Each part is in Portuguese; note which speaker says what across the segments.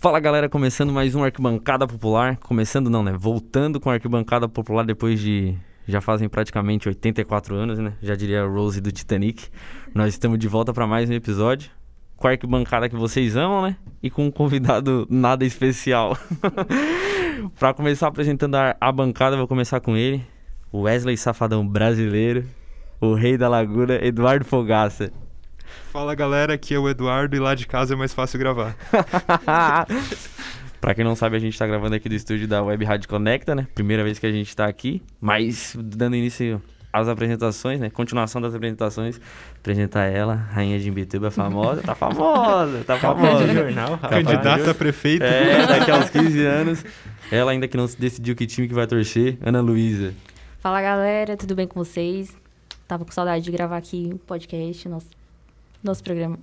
Speaker 1: Fala galera, começando mais um Arquibancada Popular. Começando não, né? Voltando com a Arquibancada Popular depois de. Já fazem praticamente 84 anos, né? Já diria a Rose do Titanic. Nós estamos de volta para mais um episódio. Com a arquibancada que vocês amam, né? E com um convidado nada especial. para começar apresentando a, a bancada, eu vou começar com ele, o Wesley Safadão brasileiro, o rei da laguna, Eduardo Fogaça.
Speaker 2: Fala galera, aqui é o Eduardo e lá de casa é mais fácil gravar.
Speaker 1: Pra quem não sabe, a gente tá gravando aqui do estúdio da Web Rádio Conecta, né? Primeira vez que a gente tá aqui, mas dando início às apresentações, né? Continuação das apresentações. Apresentar ela, rainha de Imbituba, famosa. Tá famosa, tá famosa.
Speaker 3: jornal, rapaz.
Speaker 2: Candidata a prefeito.
Speaker 1: Tá É, daqui a uns 15 anos. Ela ainda que não decidiu que time que vai torcer, Ana Luísa.
Speaker 4: Fala galera, tudo bem com vocês? Tava com saudade de gravar aqui o podcast, nosso, nosso programa.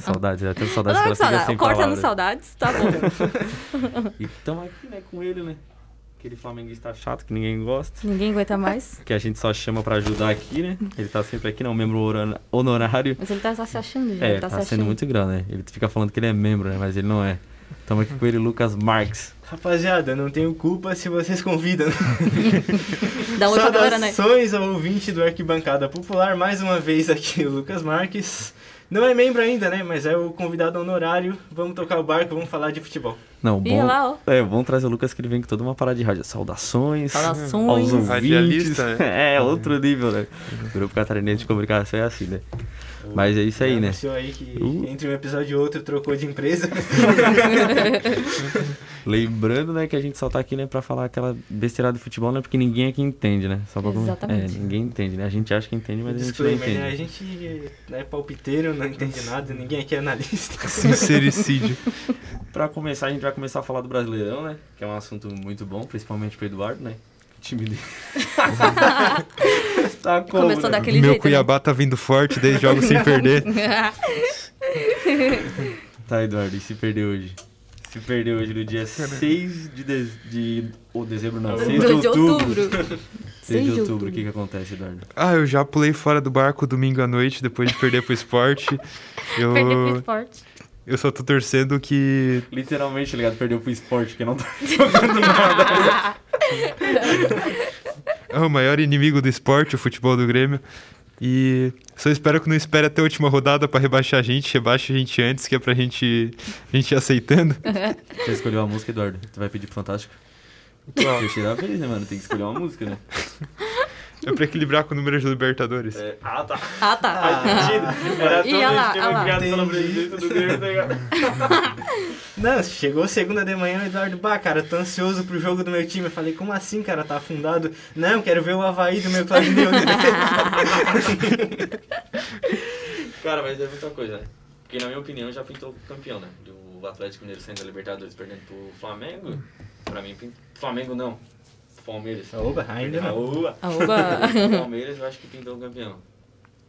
Speaker 1: Saudades, até
Speaker 4: Eu
Speaker 1: saudades que
Speaker 4: tava com
Speaker 1: ela fica sem
Speaker 4: saudade. Corta
Speaker 1: palavra.
Speaker 4: nos saudades, tá bom.
Speaker 1: E estamos aqui, né, com ele, né? Aquele flamenguista chato que ninguém gosta.
Speaker 4: Ninguém aguenta mais.
Speaker 1: que a gente só chama pra ajudar aqui, né? Ele tá sempre aqui, não, membro horan- honorário.
Speaker 4: Mas ele tá só se achando, já.
Speaker 1: É,
Speaker 4: ele
Speaker 1: tá,
Speaker 4: tá, se
Speaker 1: sendo
Speaker 4: achando.
Speaker 1: muito grande, né? Ele fica falando que ele é membro, né? Mas ele não é. Tamo aqui com ele, Lucas Marques.
Speaker 3: Rapaziada, não tenho culpa se vocês convidam.
Speaker 4: Da outra galera, né?
Speaker 3: Saudações ao ouvinte do Arquibancada Popular, mais uma vez aqui o Lucas Marques. Não é membro ainda, né? Mas é o convidado honorário. Vamos tocar o barco, vamos falar de futebol.
Speaker 1: Não,
Speaker 4: Ih,
Speaker 1: bom.
Speaker 4: lá, ó.
Speaker 1: É, bom trazer o Lucas que ele vem com toda uma parada de rádio. Saudações.
Speaker 4: Tá Saudações.
Speaker 1: Aos ouvintes.
Speaker 2: Radialista,
Speaker 1: É, outro nível, né? O grupo catarinense de comunicação é assim, né? Mas é isso aí, né?
Speaker 3: Anunciou aí que
Speaker 1: Uh.
Speaker 3: entre um episódio e outro trocou de empresa.
Speaker 1: Lembrando, né, que a gente só tá aqui, né, pra falar aquela besteirada de futebol, né? Porque ninguém aqui entende, né? Só pra...
Speaker 4: Exatamente.
Speaker 1: É, ninguém entende, né? A gente acha que entende, mas a gente não
Speaker 3: Disclaimer,
Speaker 1: entende.
Speaker 3: né? A gente é palpiteiro, não entende nada, ninguém aqui é analista.
Speaker 2: Sincericídio.
Speaker 1: Pra começar, a gente vai começar a falar do Brasileirão, né? Que é um assunto muito bom, principalmente pro Eduardo, né? O time dele. tá como,
Speaker 4: Começou
Speaker 1: né?
Speaker 4: daquele
Speaker 2: Meu
Speaker 4: jeito. né?
Speaker 2: Cuiabá tá vindo forte, 10 jogos sem perder.
Speaker 1: Tá, Eduardo, e se perdeu hoje? Se perdeu hoje no dia 6 de, de... de... Ou dezembro, não. 6 de
Speaker 4: Do- de outubro.
Speaker 1: 6
Speaker 4: Seis
Speaker 1: de outubro, o que que acontece, Eduardo?
Speaker 2: Ah, eu já pulei fora do barco domingo à noite, depois de perder pro esporte.
Speaker 4: Perder pro
Speaker 2: Eu,
Speaker 4: esporte.
Speaker 2: eu só tô torcendo que.
Speaker 1: Literalmente, tá ligado? Perdeu pro esporte, que não tá...
Speaker 2: É o maior inimigo do esporte, o futebol do Grêmio. E só espero que não espere até a última rodada pra rebaixar a gente. Rebaixa a gente antes, que é pra gente, a gente ir aceitando.
Speaker 1: Você escolheu a música, Eduardo? Tu vai pedir pro Fantástico?
Speaker 2: Qual?
Speaker 1: Fechei da vez, né, mano? Tem que escolher uma música, né?
Speaker 2: É pra equilibrar com o número de Libertadores.
Speaker 1: É, Ah, tá.
Speaker 4: Ah, tá.
Speaker 1: Era
Speaker 4: Ih, olha lá, olha lá.
Speaker 1: presidência do Grêmio, tá ligado?
Speaker 3: Não, chegou segunda de manhã, o Eduardo, bah, cara, tô ansioso pro jogo do meu time. Eu falei, como assim, cara, tá afundado? Não, quero ver o Havaí do meu Claudio Leone.
Speaker 1: Cara, mas é muita coisa, né? Porque, na minha opinião, já pintou campeão, né? Do Atlético Mineiro saindo da Libertadores perdendo pro Flamengo. Pra mim, pin- Flamengo não. Palmeiras.
Speaker 3: Oba, ainda não.
Speaker 1: Aoba.
Speaker 4: Ah, oba.
Speaker 1: Palmeiras, eu acho que pintou o campeão.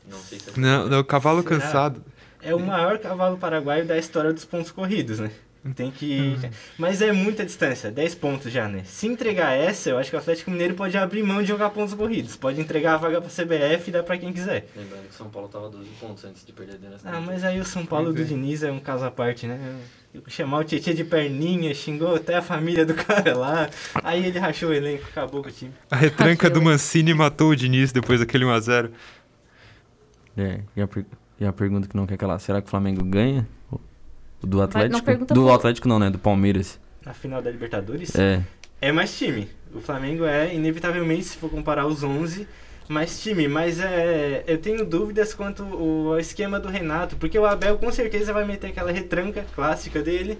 Speaker 1: Não sei se é.
Speaker 2: Não, não, cavalo
Speaker 3: Será?
Speaker 2: cansado.
Speaker 3: É o maior cavalo paraguaio da história dos pontos corridos, né? Tem que.
Speaker 2: Uhum.
Speaker 3: Mas é muita distância, 10 pontos já, né? Se entregar essa, eu acho que o Atlético Mineiro pode abrir mão de jogar pontos corridos. Pode entregar a vaga pra CBF e dar pra quem quiser.
Speaker 1: Lembrando que São Paulo tava 12 pontos antes de perder dentro
Speaker 3: Ah, mas aí o São Paulo do
Speaker 2: Uhum. Pois é.
Speaker 3: Diniz é um caso à parte, né? Chamar o Tietchan de perninha, xingou até a família do cara lá. Aí ele rachou o elenco, acabou com o time.
Speaker 2: A retranca do Mancini matou o Diniz depois daquele 1x0.
Speaker 1: É, e a, per- e a pergunta que não quer calar. Será que o Flamengo ganha? O Do
Speaker 4: Vai- não
Speaker 1: Atlético?
Speaker 4: pergunta
Speaker 1: do
Speaker 4: pro-
Speaker 1: Atlético não, né? Do Palmeiras.
Speaker 3: Na final da Libertadores, é.
Speaker 1: É.
Speaker 3: mais time. O Flamengo é, inevitavelmente, se for comparar os 11, mais time. Mas é, eu tenho dúvidas quanto ao esquema do Renato, porque o Abel com certeza vai meter aquela retranca clássica dele.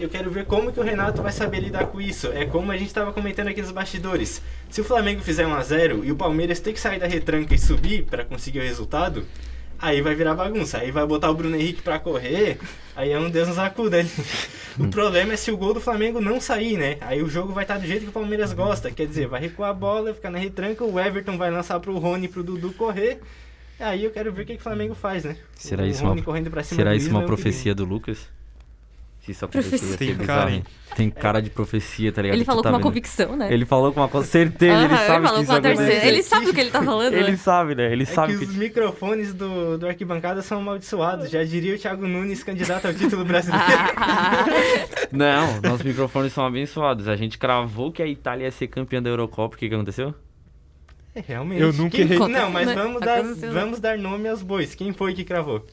Speaker 3: Eu quero ver como que o Renato vai saber lidar com isso. É como a gente estava comentando aqui nos bastidores. Se o Flamengo fizer 1 a 0 e o Palmeiras ter que sair da retranca e subir para conseguir o resultado, aí vai virar bagunça. Aí vai botar o Bruno Henrique para correr, aí é um Deus nos acuda. ali.
Speaker 1: Hum.
Speaker 3: O problema é se o gol do Flamengo não sair, né? Aí o jogo vai estar do jeito que o
Speaker 1: Uhum.
Speaker 3: Palmeiras gosta. Quer dizer, vai recuar a bola, ficar na retranca, o Everton vai lançar pro Rony e pro Dudu correr. Aí eu quero ver o que, que o Flamengo faz, né?
Speaker 1: Será
Speaker 3: o
Speaker 1: isso
Speaker 3: Rony
Speaker 1: uma-
Speaker 3: correndo pra cima
Speaker 1: Será
Speaker 3: do
Speaker 1: isso
Speaker 3: Isla é
Speaker 1: uma
Speaker 3: um perigo.
Speaker 1: profecia do Lucas? Se isso acontecer, ia ser
Speaker 2: Tem
Speaker 1: bizarro,
Speaker 2: cara,
Speaker 1: hein?
Speaker 2: hein?
Speaker 1: Tem cara de profecia, tá ligado?
Speaker 4: Ele
Speaker 1: Tu
Speaker 4: falou
Speaker 1: tá
Speaker 4: com uma
Speaker 1: vendo.
Speaker 4: convicção, né?
Speaker 1: Ele falou com uma co- certeza,
Speaker 4: Aham,
Speaker 1: ele sabe
Speaker 4: falou
Speaker 1: que
Speaker 4: com
Speaker 1: isso
Speaker 4: a
Speaker 1: ia
Speaker 4: terceira.
Speaker 1: acontecer.
Speaker 4: Ele sabe do que ele tá falando.
Speaker 1: Ele
Speaker 4: né?
Speaker 1: sabe, né? Ele
Speaker 3: É
Speaker 1: sabe
Speaker 3: que
Speaker 1: que...
Speaker 3: os microfones do, do Arquibancada são amaldiçoados. Já diria o Thiago Nunes, candidato ao título
Speaker 4: Ah,
Speaker 3: brasileiro.
Speaker 1: Ah. Não, nossos microfones são abençoados. A gente cravou que a Itália ia ser campeã da Eurocopa. O que, que aconteceu?
Speaker 3: É, Realmente.
Speaker 2: Eu nunca
Speaker 3: Quem-
Speaker 2: errei.
Speaker 3: Não, mas
Speaker 4: Aconteceu, né?
Speaker 3: vamos dar,
Speaker 4: Aconteceu, né?
Speaker 3: vamos dar nome aos bois. Quem foi que cravou?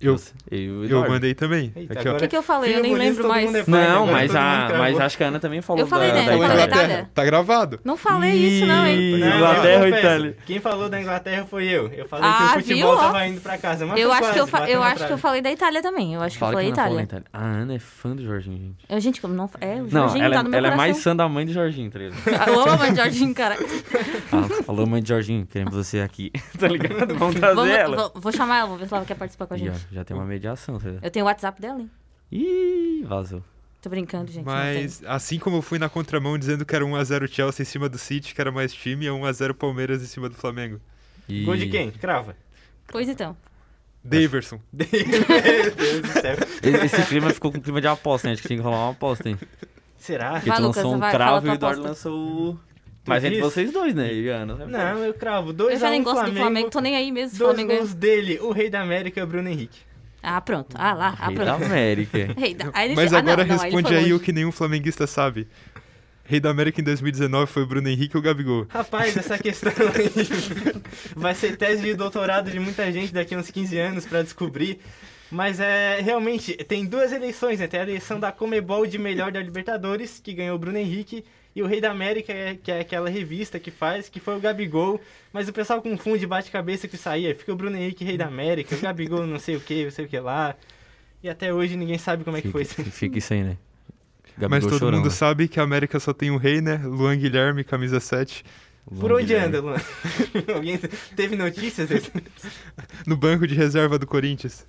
Speaker 2: Eu,
Speaker 1: Você- e o
Speaker 2: eu
Speaker 1: Eduardo.
Speaker 2: mandei também.
Speaker 3: Eita,
Speaker 2: Aqui, ó.
Speaker 4: O que, que eu falei? Eu
Speaker 3: Filho
Speaker 4: nem
Speaker 3: bonito,
Speaker 4: lembro
Speaker 3: todo
Speaker 4: mais.
Speaker 3: mundo é pai,
Speaker 1: Não,
Speaker 3: agora
Speaker 1: mas,
Speaker 3: todo mundo
Speaker 1: a,
Speaker 3: cravou.
Speaker 1: mas acho que a Ana também falou
Speaker 4: Eu falei,
Speaker 1: da,
Speaker 4: né?
Speaker 1: da
Speaker 4: Eu falei
Speaker 1: Itália.
Speaker 4: nada.
Speaker 2: Inglaterra, tá gravado.
Speaker 4: Não falei isso, não, hein?
Speaker 1: Ih,
Speaker 3: Não,
Speaker 1: Inglaterra
Speaker 3: eu
Speaker 1: ou
Speaker 3: confesso,
Speaker 1: Itália?
Speaker 3: Quem falou da Inglaterra foi eu. Eu falei
Speaker 4: Ah,
Speaker 3: que o futebol
Speaker 4: viu?
Speaker 3: tava indo pra casa. Mas
Speaker 4: Eu
Speaker 3: foi
Speaker 4: acho que eu,
Speaker 3: quase,
Speaker 4: fa-
Speaker 3: bateu
Speaker 4: eu
Speaker 3: na
Speaker 4: acho que eu
Speaker 3: trave.
Speaker 4: falei da Itália também. Eu acho que eu
Speaker 1: Fala
Speaker 4: falei
Speaker 1: que a Ana falou então.
Speaker 4: Itália.
Speaker 1: da Itália. A Ana é fã do Jorginho, gente.
Speaker 4: Eu, gente, como não. É, o
Speaker 1: Não,
Speaker 4: Jorginho
Speaker 1: ela,
Speaker 4: tá no
Speaker 1: é-
Speaker 4: meu
Speaker 1: ela é mais
Speaker 4: coração. Ah,
Speaker 1: fã da mãe do Jorginho, tá ligado?
Speaker 4: Eu amo a mãe de Jorginho, cara.
Speaker 1: Ah, falou mãe de Jorginho, queremos você aqui, tá ligado? Vamos trazer
Speaker 4: Vamos-
Speaker 1: ela.
Speaker 4: vou, vou chamar ela, vou ver se ela quer participar com a
Speaker 1: Ih, ó,
Speaker 4: gente.
Speaker 1: já tem uma mediação, tá ligado?
Speaker 4: Eu tenho o WhatsApp dela, hein?
Speaker 1: Ih, vazou.
Speaker 4: Tô brincando, gente. não
Speaker 2: Mas assim como eu fui na contramão dizendo que era 1x0 Chelsea em cima do City, que era mais time, é 1x0 Palmeiras em cima do Flamengo.
Speaker 1: E-
Speaker 3: Gol de quem? Crava.
Speaker 4: tem. Pois então.
Speaker 2: Daverson.
Speaker 3: Meu Deus do céu.
Speaker 1: E- Esse clima ficou com clima de aposta, hein? Acho que tinha que rolar uma aposta, hein?
Speaker 3: Será?
Speaker 1: Porque
Speaker 4: Vai,
Speaker 1: tu
Speaker 4: Lucas,
Speaker 1: lançou um
Speaker 4: vai, fala
Speaker 1: cravo e
Speaker 4: tua
Speaker 1: o Eduardo
Speaker 4: aposta.
Speaker 1: lançou o...
Speaker 3: Hum.
Speaker 1: Mas
Speaker 3: Tu
Speaker 1: entre
Speaker 3: disse?
Speaker 1: vocês dois, né? E a Ana.
Speaker 3: Não, eu cravo. 2x1
Speaker 4: Eu já nem gosto
Speaker 3: Flamengo,
Speaker 4: do Flamengo, tô nem aí mesmo. se o
Speaker 3: Dois
Speaker 4: Flamengo ganha.
Speaker 3: gols dele, o rei da América, Bruno Henrique.
Speaker 4: Ah, pronto. Ah lá, ah,
Speaker 1: Rei da
Speaker 4: pronto.
Speaker 1: América.
Speaker 3: É
Speaker 4: Rei da- aí ele-
Speaker 2: Mas
Speaker 4: ah,
Speaker 2: agora
Speaker 4: não, não, ele
Speaker 2: responde
Speaker 4: foi
Speaker 2: aí o
Speaker 4: longe.
Speaker 2: que nenhum flamenguista sabe. Rei da América em 2019 foi Bruno Henrique ou Gabigol?
Speaker 3: Rapaz, essa questão aí vai ser tese de doutorado de muita gente daqui a uns 15 anos pra descobrir. Mas é realmente, tem duas eleições, né? Tem a eleição da Comebol de melhor da Libertadores, que ganhou o Bruno Henrique, e o Rei da América, que é aquela revista que faz, que foi o Gabigol. Mas o pessoal confunde bate-cabeça que saía. Fica o Bruno Henrique, Rei da América, o Gabigol não sei o que, não sei o que lá. E até hoje ninguém sabe como é que
Speaker 1: Fica,
Speaker 3: foi isso.
Speaker 1: fica isso aí, né?
Speaker 2: Mas
Speaker 1: Gabigol
Speaker 2: todo
Speaker 1: chorão,
Speaker 2: mundo
Speaker 1: né?
Speaker 2: sabe que a América só tem um rei, né? Luan Guilherme, camisa 7.
Speaker 3: Por
Speaker 1: Luan
Speaker 3: onde
Speaker 1: Guilherme.
Speaker 3: anda, Luan? Alguém teve notícias?
Speaker 2: No banco de reserva do Corinthians.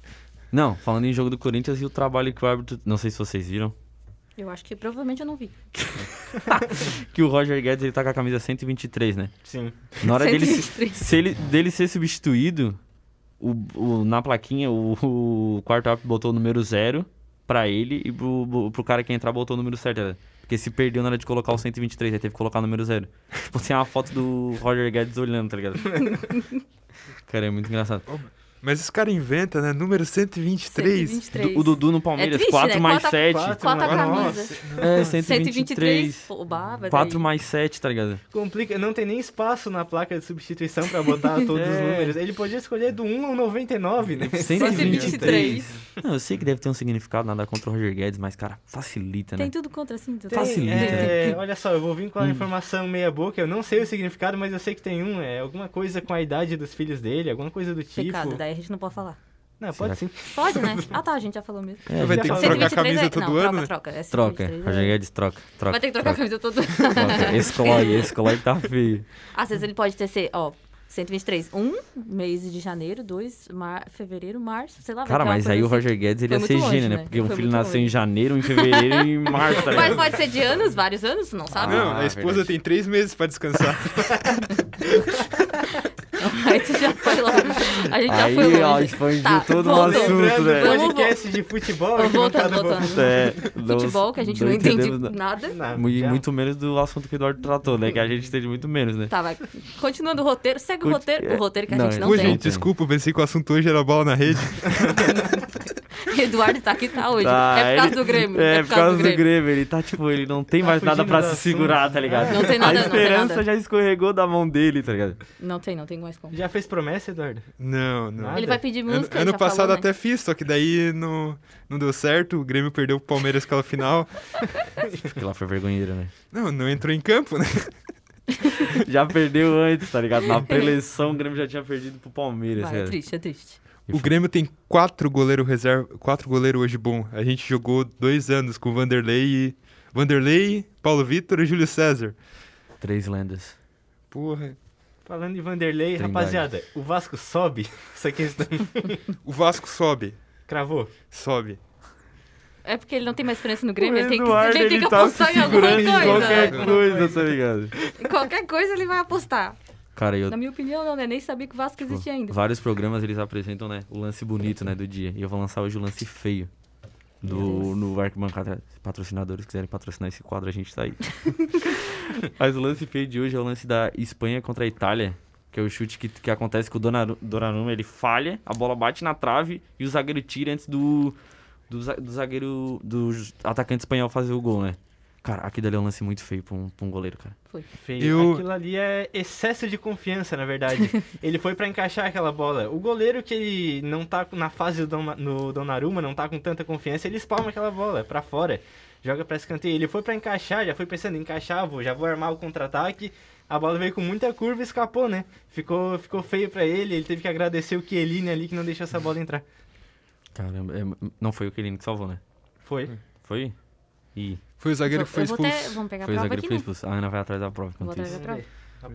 Speaker 1: Não, falando em jogo do Corinthians e o trabalho que o árbitro. Não sei se vocês viram.
Speaker 4: Eu acho que provavelmente eu não vi.
Speaker 1: Que o Roger Guedes ele tá com a camisa 123, né?
Speaker 3: Sim.
Speaker 1: Na hora dele, se
Speaker 4: 123.
Speaker 1: se ele, dele ser substituído, o, o- na plaquinha, o, o quarto árbitro botou o número zero pra ele e pro, pro- pro cara que ia entrar botou o número certo. né? Porque se perdeu na hora de colocar o 123, aí teve que colocar o número zero. Tipo, tem uma foto do Roger Guedes olhando, tá ligado? cara, é muito engraçado.
Speaker 2: Mas esse cara inventa, né? Número 123.
Speaker 4: 123.
Speaker 1: Du- o Dudu no Palmeiras,
Speaker 4: triste,
Speaker 1: 4
Speaker 4: né?
Speaker 1: mais
Speaker 4: Quatro-
Speaker 1: 7.
Speaker 3: quatro.
Speaker 4: Qual a
Speaker 3: Nossa.
Speaker 4: camisa?
Speaker 1: É,
Speaker 4: 123.
Speaker 1: 123.
Speaker 4: Pô, baba,
Speaker 1: 4 mais 7, tá ligado?
Speaker 3: Complica, não tem nem espaço na placa de substituição pra botar todos os
Speaker 1: É.
Speaker 3: números. Ele podia escolher do 1 ao 99, né?
Speaker 4: 123.
Speaker 1: Não, eu sei que deve ter um significado, nada contra o Roger Guedes, mas, cara, facilita,
Speaker 4: Tem
Speaker 1: né?
Speaker 4: tudo contra, assim. tudo.
Speaker 3: Tem,
Speaker 1: Facilita,
Speaker 3: é, olha só, eu vou vir com a informação meia boca, eu não sei o significado, mas eu sei que tem um, é alguma coisa com a idade dos filhos dele, alguma coisa do tipo.
Speaker 4: Pecado, né? daí a gente não pode falar.
Speaker 3: Não, pode sim.
Speaker 4: Pode, né? Ah, tá, a gente já falou mesmo.
Speaker 1: É,
Speaker 2: Vai
Speaker 1: já
Speaker 2: ter que
Speaker 1: falou.
Speaker 2: trocar a
Speaker 4: 123
Speaker 2: camisa
Speaker 4: é...
Speaker 2: todo
Speaker 4: não,
Speaker 2: ano,
Speaker 4: troca,
Speaker 2: né?
Speaker 4: troca. É
Speaker 1: Troca,
Speaker 4: 123,
Speaker 1: Roger Guedes troca, troca.
Speaker 4: Vai ter que trocar a camisa todo ano.
Speaker 1: troca. Esse colói, esse colói tá feio.
Speaker 4: Às vezes ele pode ter, ser, ó, 123. Um mês de janeiro, dois, mar... fevereiro, março, sei lá. vai
Speaker 1: Cara,
Speaker 4: ter uma
Speaker 1: mas
Speaker 4: coisa
Speaker 1: aí o
Speaker 4: assim.
Speaker 1: Roger Guedes ele ia
Speaker 4: Foi
Speaker 1: ser
Speaker 4: muito longe,
Speaker 1: gênio, né?
Speaker 4: né?
Speaker 1: Porque um
Speaker 4: Foi
Speaker 1: filho
Speaker 4: muito
Speaker 1: nasceu
Speaker 4: longe.
Speaker 1: em janeiro, em fevereiro e em março, tá
Speaker 4: assim. Mas
Speaker 1: ligado?
Speaker 4: pode ser de anos, vários anos, não sabe?
Speaker 2: Não,
Speaker 1: Ah,
Speaker 2: a esposa
Speaker 1: verdade.
Speaker 2: tem três meses pra descansar.
Speaker 4: Então, Aí tu já foi longe. A gente já
Speaker 1: Aí,
Speaker 4: foi longe. Tá,
Speaker 1: ó, expandiu todo o
Speaker 4: voltou.
Speaker 1: assunto.
Speaker 3: Lembrando,
Speaker 1: né?
Speaker 3: podcast de futebol, aqui no
Speaker 4: Voltando,
Speaker 3: Cada Bobo.
Speaker 4: voltando.
Speaker 1: É,
Speaker 4: Futebol, que a gente não, entende
Speaker 1: entendemos nada.
Speaker 4: nada.
Speaker 3: Não,
Speaker 1: Mu- E
Speaker 3: Tá, já.
Speaker 1: muito menos do assunto que o Eduardo tratou, né? Que a gente entende muito menos, né?
Speaker 4: Tá, vai. Continuando o roteiro, segue o
Speaker 1: Conti-
Speaker 4: roteiro. O roteiro que a
Speaker 1: é. Não,
Speaker 4: gente não
Speaker 2: Ô,
Speaker 1: Hoje
Speaker 4: tem.
Speaker 2: gente, desculpa, eu pensei que o assunto hoje era bola na rede.
Speaker 4: Eduardo tá aqui, tá hoje.
Speaker 1: Tá,
Speaker 4: é por causa
Speaker 1: ele-
Speaker 4: do Grêmio.
Speaker 1: É, por causa do Grêmio. Ele tá, tipo, ele não tem
Speaker 3: Tá
Speaker 1: mais nada
Speaker 3: fugindo
Speaker 1: pra
Speaker 3: do
Speaker 1: se
Speaker 3: assunto.
Speaker 1: segurar, tá ligado?
Speaker 4: Não tem nada,
Speaker 1: A
Speaker 4: não tem
Speaker 1: esperança
Speaker 4: nada.
Speaker 1: já escorregou da mão dele, tá ligado?
Speaker 4: Não tem, não tem mais como.
Speaker 3: Já fez promessa, Eduardo?
Speaker 2: Não, não.
Speaker 1: Ah,
Speaker 3: Nada.
Speaker 4: Ele vai pedir
Speaker 2: Ano,
Speaker 4: música,
Speaker 2: ano
Speaker 4: já
Speaker 2: passado
Speaker 4: falou, né?
Speaker 2: até fiz, só que daí não, não deu certo. O Grêmio perdeu pro Palmeiras pela final.
Speaker 1: Porque ela foi vergonheira, né?
Speaker 2: Não, não entrou em campo, né?
Speaker 1: Já perdeu antes, tá ligado? Na preleção, o Grêmio já tinha perdido pro Palmeiras,
Speaker 4: Vai, é
Speaker 1: cara.
Speaker 4: triste, é triste.
Speaker 2: O Grêmio tem quatro goleiro reserva, quatro goleiro hoje bom. A gente jogou dois anos com o Vanderlei, e- Vanderlei, Paulo Vitor e Júlio César.
Speaker 1: Três lendas.
Speaker 2: Porra.
Speaker 3: Falando de Vanderlei,
Speaker 1: Trindade.
Speaker 3: rapaziada, o Vasco sobe? Essa questão
Speaker 2: O Vasco sobe,
Speaker 3: cravou.
Speaker 2: sobe.
Speaker 4: É porque ele não tem mais esperança no Grêmio, ele tem que,
Speaker 1: Eduardo,
Speaker 4: ele tem que
Speaker 1: tá
Speaker 4: apostar
Speaker 1: se
Speaker 4: em alguma
Speaker 1: segurando
Speaker 4: coisa.
Speaker 1: em qualquer
Speaker 4: né?
Speaker 1: coisa, tá ligado?
Speaker 4: Em qualquer coisa ele vai apostar.
Speaker 1: Cara, eu
Speaker 4: Na minha opinião, não, né? Nem sabia que o Vasco
Speaker 1: Tipo,
Speaker 4: existia ainda.
Speaker 1: Vários programas eles apresentam, né? O lance bonito, né? Do dia. E eu vou lançar hoje o lance feio. do, no Arquibancada. Se Patrocinadores quiserem patrocinar esse quadro, a gente tá aí. Mas o lance feio de hoje é o lance da Espanha contra a Itália, que é o chute que, que acontece com o Donaru- Donnarumma, ele falha, a bola bate na trave e o zagueiro tira antes do, do, za- do zagueiro, do j- atacante espanhol fazer o gol, né? Cara, aquilo ali é um lance muito feio pra um, pra um goleiro, cara.
Speaker 3: Feio.
Speaker 2: Eu-
Speaker 3: Aquilo ali é excesso de confiança, na verdade. ele foi pra encaixar aquela bola. O goleiro que ele não tá na fase do Dona- no Donnarumma, não tá com tanta confiança, ele espalma aquela bola pra fora. Joga pra escanteio. Ele foi pra encaixar, já foi pensando em encaixar, vou, já vou armar o contra-ataque. A bola veio com muita curva e escapou, né? Ficou, ficou feio pra ele, ele teve que agradecer o Chiellini ali que não deixou essa bola entrar.
Speaker 1: Caramba, é- não foi o Kelini que salvou, né?
Speaker 3: Foi.
Speaker 2: Hum.
Speaker 1: Foi? Ih,
Speaker 2: Foi o zagueiro
Speaker 4: Eu
Speaker 2: que foi
Speaker 4: vou
Speaker 2: expulso.
Speaker 4: até- Vamos pegar a
Speaker 1: foi o
Speaker 4: prova
Speaker 1: zagueiro que
Speaker 4: aqui,
Speaker 1: foi
Speaker 4: né?
Speaker 1: expulso. A Ana vai atrás da prova
Speaker 4: Vou
Speaker 1: enquanto
Speaker 4: atrás
Speaker 1: isso.
Speaker 4: da prova.